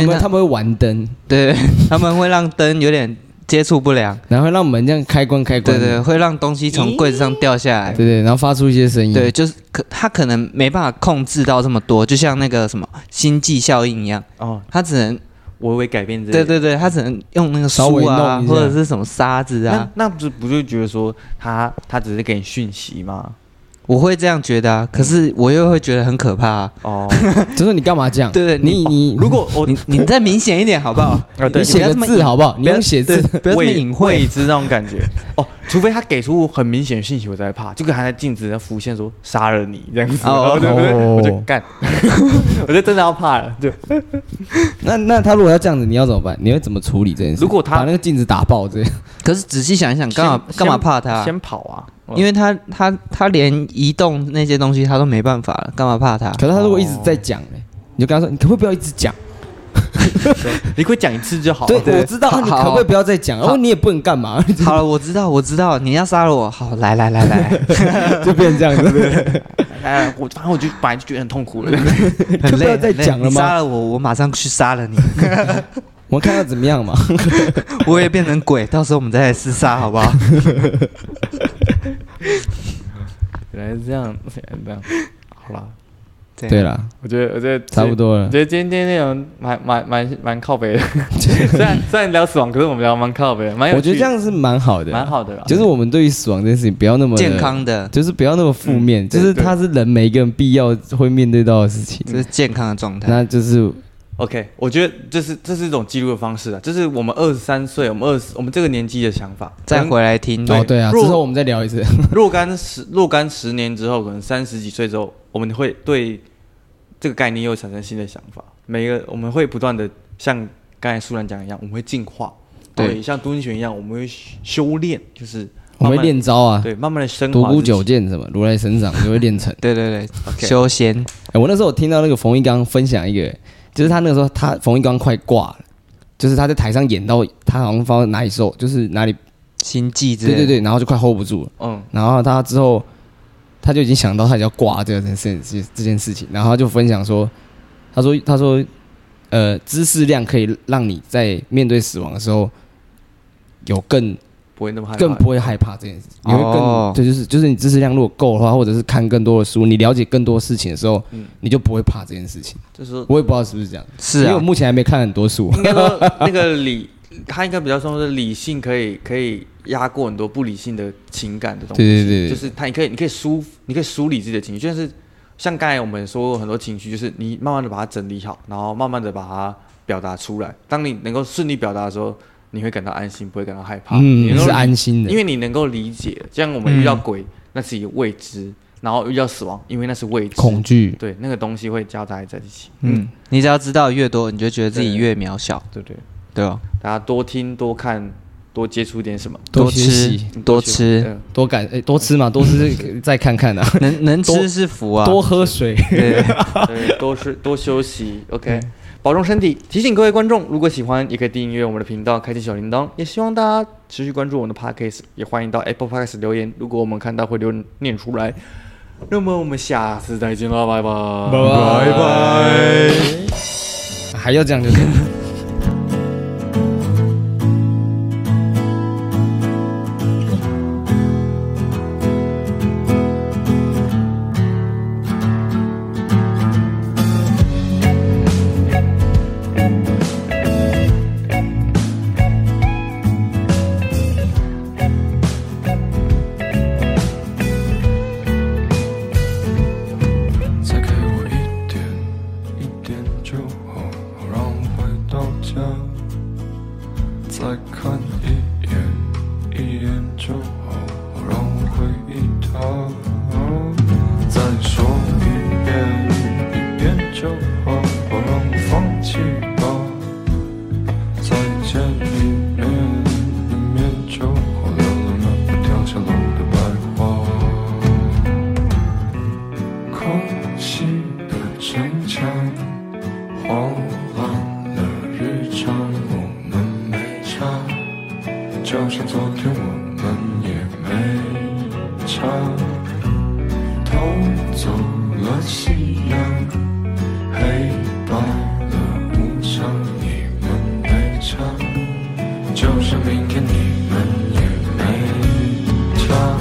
[SPEAKER 2] 因
[SPEAKER 3] 为
[SPEAKER 2] 为
[SPEAKER 3] 他
[SPEAKER 2] 他们会玩灯，
[SPEAKER 3] 对，对他们会让灯有点接触不良，
[SPEAKER 2] 然后会让门这样开关开关
[SPEAKER 3] 对
[SPEAKER 2] 的，
[SPEAKER 3] 对，会让东西从柜子上掉下来
[SPEAKER 2] 对。对，然后发出一些声音。
[SPEAKER 3] 对，就是可他可能没办法控制到这么多，就像那个什么星际效应一样，
[SPEAKER 1] 哦，
[SPEAKER 3] 他只能
[SPEAKER 1] 微微改变这
[SPEAKER 3] 对对对，他只能用那个
[SPEAKER 2] 稍
[SPEAKER 3] 书
[SPEAKER 2] 微
[SPEAKER 3] 啊，
[SPEAKER 2] 弄一下
[SPEAKER 3] 或者是什么沙子啊
[SPEAKER 1] 那，那不是不就觉得说他他只是给你讯息吗？
[SPEAKER 3] 我会这样觉得啊。可是我又会觉得很可怕、啊。
[SPEAKER 1] 哦，
[SPEAKER 2] 就说你干嘛这样？
[SPEAKER 3] 对对
[SPEAKER 2] 你你
[SPEAKER 1] 如果我
[SPEAKER 3] 你你再明显一点好不 好？
[SPEAKER 1] 啊对
[SPEAKER 2] 你写
[SPEAKER 3] 哦不要
[SPEAKER 2] 个
[SPEAKER 3] 这么
[SPEAKER 2] 字
[SPEAKER 3] 隐
[SPEAKER 2] 好不好？你
[SPEAKER 3] 不要
[SPEAKER 2] 用写字，
[SPEAKER 3] 对不要这么
[SPEAKER 1] 未
[SPEAKER 3] 隐晦
[SPEAKER 1] 未。知那种感觉哦，除非他给出很明显的信息，我才会怕。就跟他在镜子在浮现说杀了你这样子，然
[SPEAKER 3] 哦
[SPEAKER 1] 后对不对？
[SPEAKER 2] 哦
[SPEAKER 1] 我就干， 我就真的要怕了。就
[SPEAKER 2] 那那他如果要这样子，你要怎么办？你会怎么处理这件事？
[SPEAKER 1] 如果他
[SPEAKER 2] 把那个镜子打爆，这样
[SPEAKER 3] 可是仔细想一想，干嘛
[SPEAKER 1] 先
[SPEAKER 3] 干嘛怕他啊、
[SPEAKER 1] 先跑啊，
[SPEAKER 3] 因为他他他连移动那些东西他都没办法了，干嘛怕他？
[SPEAKER 2] 可是他如果一直在讲呢，你就跟他说，你可不可以不要一直讲？哦
[SPEAKER 1] 你可以讲一次就好了。
[SPEAKER 2] 对，我知道
[SPEAKER 3] 好
[SPEAKER 2] 你可不可以不要再讲？
[SPEAKER 3] 好
[SPEAKER 2] 然后你也不能干 嘛，
[SPEAKER 3] 好了，我知道，我知道，你要杀了我，好，来来来 来，
[SPEAKER 2] 就变成这样子。
[SPEAKER 1] 哎，我反正我就本来就觉得很痛苦了。
[SPEAKER 3] 很
[SPEAKER 2] 就不
[SPEAKER 3] 累，
[SPEAKER 2] 要再
[SPEAKER 3] 很累
[SPEAKER 2] 讲了
[SPEAKER 3] 你
[SPEAKER 2] 吗
[SPEAKER 3] 杀了我，我马上去杀 了你，
[SPEAKER 2] 我们看他怎么样嘛？
[SPEAKER 3] 我也变成鬼，到时候我们再来厮杀，好不好？
[SPEAKER 1] 原来是这样，原来是这样。好啦，
[SPEAKER 3] 对
[SPEAKER 2] 对了，
[SPEAKER 1] 我觉得我觉得
[SPEAKER 2] 差不。多
[SPEAKER 1] 我
[SPEAKER 2] 了。
[SPEAKER 1] 觉得今天内容蛮蛮蛮蛮靠 北的，虽然虽然聊死亡，可是我们聊蛮靠北的，蛮有
[SPEAKER 2] 我觉得
[SPEAKER 1] 趣
[SPEAKER 2] 这样是哎蛮好的，
[SPEAKER 1] 蛮好的啦。
[SPEAKER 2] 就是我们对于死亡这件事情不要那么的
[SPEAKER 3] 健，康的，嗯
[SPEAKER 2] 就是不要那么负面，就是
[SPEAKER 1] 对
[SPEAKER 2] 它是人每一个人必要会面对到的事情。
[SPEAKER 3] 这是健康的状态。
[SPEAKER 2] 那就是
[SPEAKER 1] OK，我觉得这是这是一种记录的方式啊，这是我们二十三岁，我们二十我们这个年纪的想法。
[SPEAKER 3] 再
[SPEAKER 1] 可能
[SPEAKER 3] 回来听，
[SPEAKER 2] 哦，对啊，之
[SPEAKER 1] 若
[SPEAKER 2] 后我们再聊一 次。
[SPEAKER 1] 若干十若干十年之后，可能三十几岁之后，我们会对这个概念又产生新的想法。每个我们会不断的像刚才苏然讲的一样，我们会进化，
[SPEAKER 3] 对
[SPEAKER 1] 对，像敦玄一样，我们会修修炼，就是
[SPEAKER 2] 我
[SPEAKER 1] 慢慢
[SPEAKER 2] 们会练招啊，
[SPEAKER 1] 对慢慢的升
[SPEAKER 2] 独
[SPEAKER 1] 华自
[SPEAKER 2] 孤
[SPEAKER 1] 己。
[SPEAKER 2] 九剑什么如来神掌就会练成。
[SPEAKER 3] 对对对，
[SPEAKER 1] OK
[SPEAKER 3] 修仙
[SPEAKER 2] 哎我那时候我听到那个冯一刚分享一个，就是他那个时候他冯一刚快挂了，就是他在台上演到他好像放哪里受，就是哪里
[SPEAKER 3] 心计之类
[SPEAKER 2] 对
[SPEAKER 3] 的。
[SPEAKER 2] 对对，然后就快 hold 不住了，
[SPEAKER 1] 嗯，
[SPEAKER 2] 然后他之后他就已经想到他要挂这件事这这件事情，然后他就分享说。他说他说呃，知识量可以让你在面对死亡的时候有更
[SPEAKER 1] 不会那么害怕，
[SPEAKER 2] 更不会害怕这件事，你会更、
[SPEAKER 3] 哦
[SPEAKER 2] 对，就是就是你知识量如果够的话，或者是看更多的书，你了解更多事情的时候，
[SPEAKER 1] 嗯
[SPEAKER 2] 你就不会怕这件事情。
[SPEAKER 1] 就是说
[SPEAKER 2] 我也不知道是不是这样，
[SPEAKER 3] 是
[SPEAKER 2] 因为我
[SPEAKER 3] 啊，
[SPEAKER 2] 目前还没看很多书。啊
[SPEAKER 1] 应 该说那个理，他应该比较说是理性可以可以压过很多不理性的情感的东西。
[SPEAKER 2] 对对对对
[SPEAKER 1] 就是他，你可以你可以梳，你可以梳理自己的情绪，就是像刚才我们说过很多情绪，就是你慢慢的把它整理好，然后慢慢的把它表达出来。当你能够顺利表达的时候，你会感到安心，不会感到害怕。
[SPEAKER 2] 嗯，
[SPEAKER 1] 你能够
[SPEAKER 2] 是安心的，嗯
[SPEAKER 1] 因
[SPEAKER 2] 为
[SPEAKER 1] 为你能够理解，像我们遇到鬼，那是一个未知；然后遇到死亡，因为那是未知。
[SPEAKER 2] 恐惧。
[SPEAKER 1] 对那个东西会交杂在一起，
[SPEAKER 3] 嗯，你只要知道越多，你就觉得自己越渺小，
[SPEAKER 1] 对不对？
[SPEAKER 3] 对吧？
[SPEAKER 1] 大家多听、多看、多接触点什么，
[SPEAKER 2] 多学
[SPEAKER 3] 吃
[SPEAKER 2] 习，
[SPEAKER 3] 多吃，
[SPEAKER 1] 嗯
[SPEAKER 2] 多感诶，多吃嘛，多吃 再看看 啊，
[SPEAKER 3] 能能
[SPEAKER 2] 多
[SPEAKER 3] 吃是福啊。
[SPEAKER 2] 多喝水。
[SPEAKER 3] 对，
[SPEAKER 1] 对，多 吃多休息。OK，保
[SPEAKER 3] 嗯
[SPEAKER 1] 重身体。提醒各位观众，如果喜欢，也可以订阅我们的频道，开启小铃铛。也希望大家持续关注我们的 Podcast，也欢迎到 Apple Podcast 留言，如果我们看到会留念出来。那么我们下次再见了，拜拜，
[SPEAKER 2] 拜拜，还要这样就是。
[SPEAKER 5] 再给我一点，一点就好，好让我回到家。再看一眼，一眼就好，好让我回忆他。再说一遍，一遍就好，好让我放弃吧。再见一面，一面就好，聊聊那不掉下楼的白花。空隙的城墙，晃乱了日常，我们没差，就像昨天我们也没差。偷走了夕阳，黑白了无常，你们没差，就像明天你们也没差。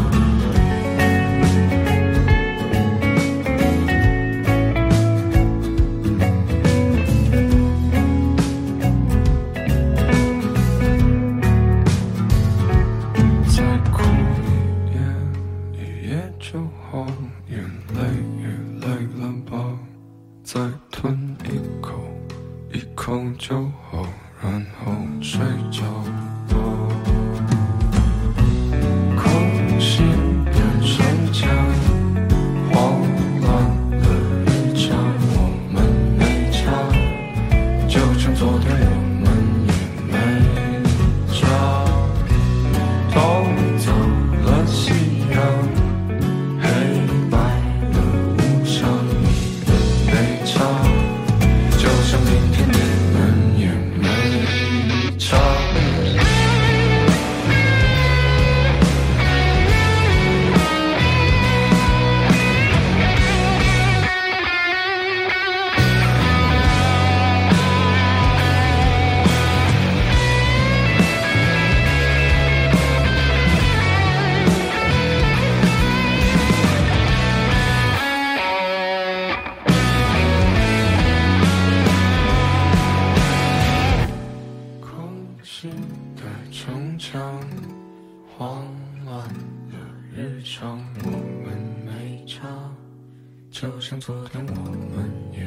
[SPEAKER 5] 再哭一夜，一夜就好，眼泪也累了吧？再吞一口，一口就好，然后睡着吧。空隙变成墙，慌乱了一场，我们没差，就像昨天我们也没差。偷走了夕阳，黑白了无常，你的悲怆，就像明天你们也没差。空心的城墙，慌乱了日常，我们没差，就像昨天我们也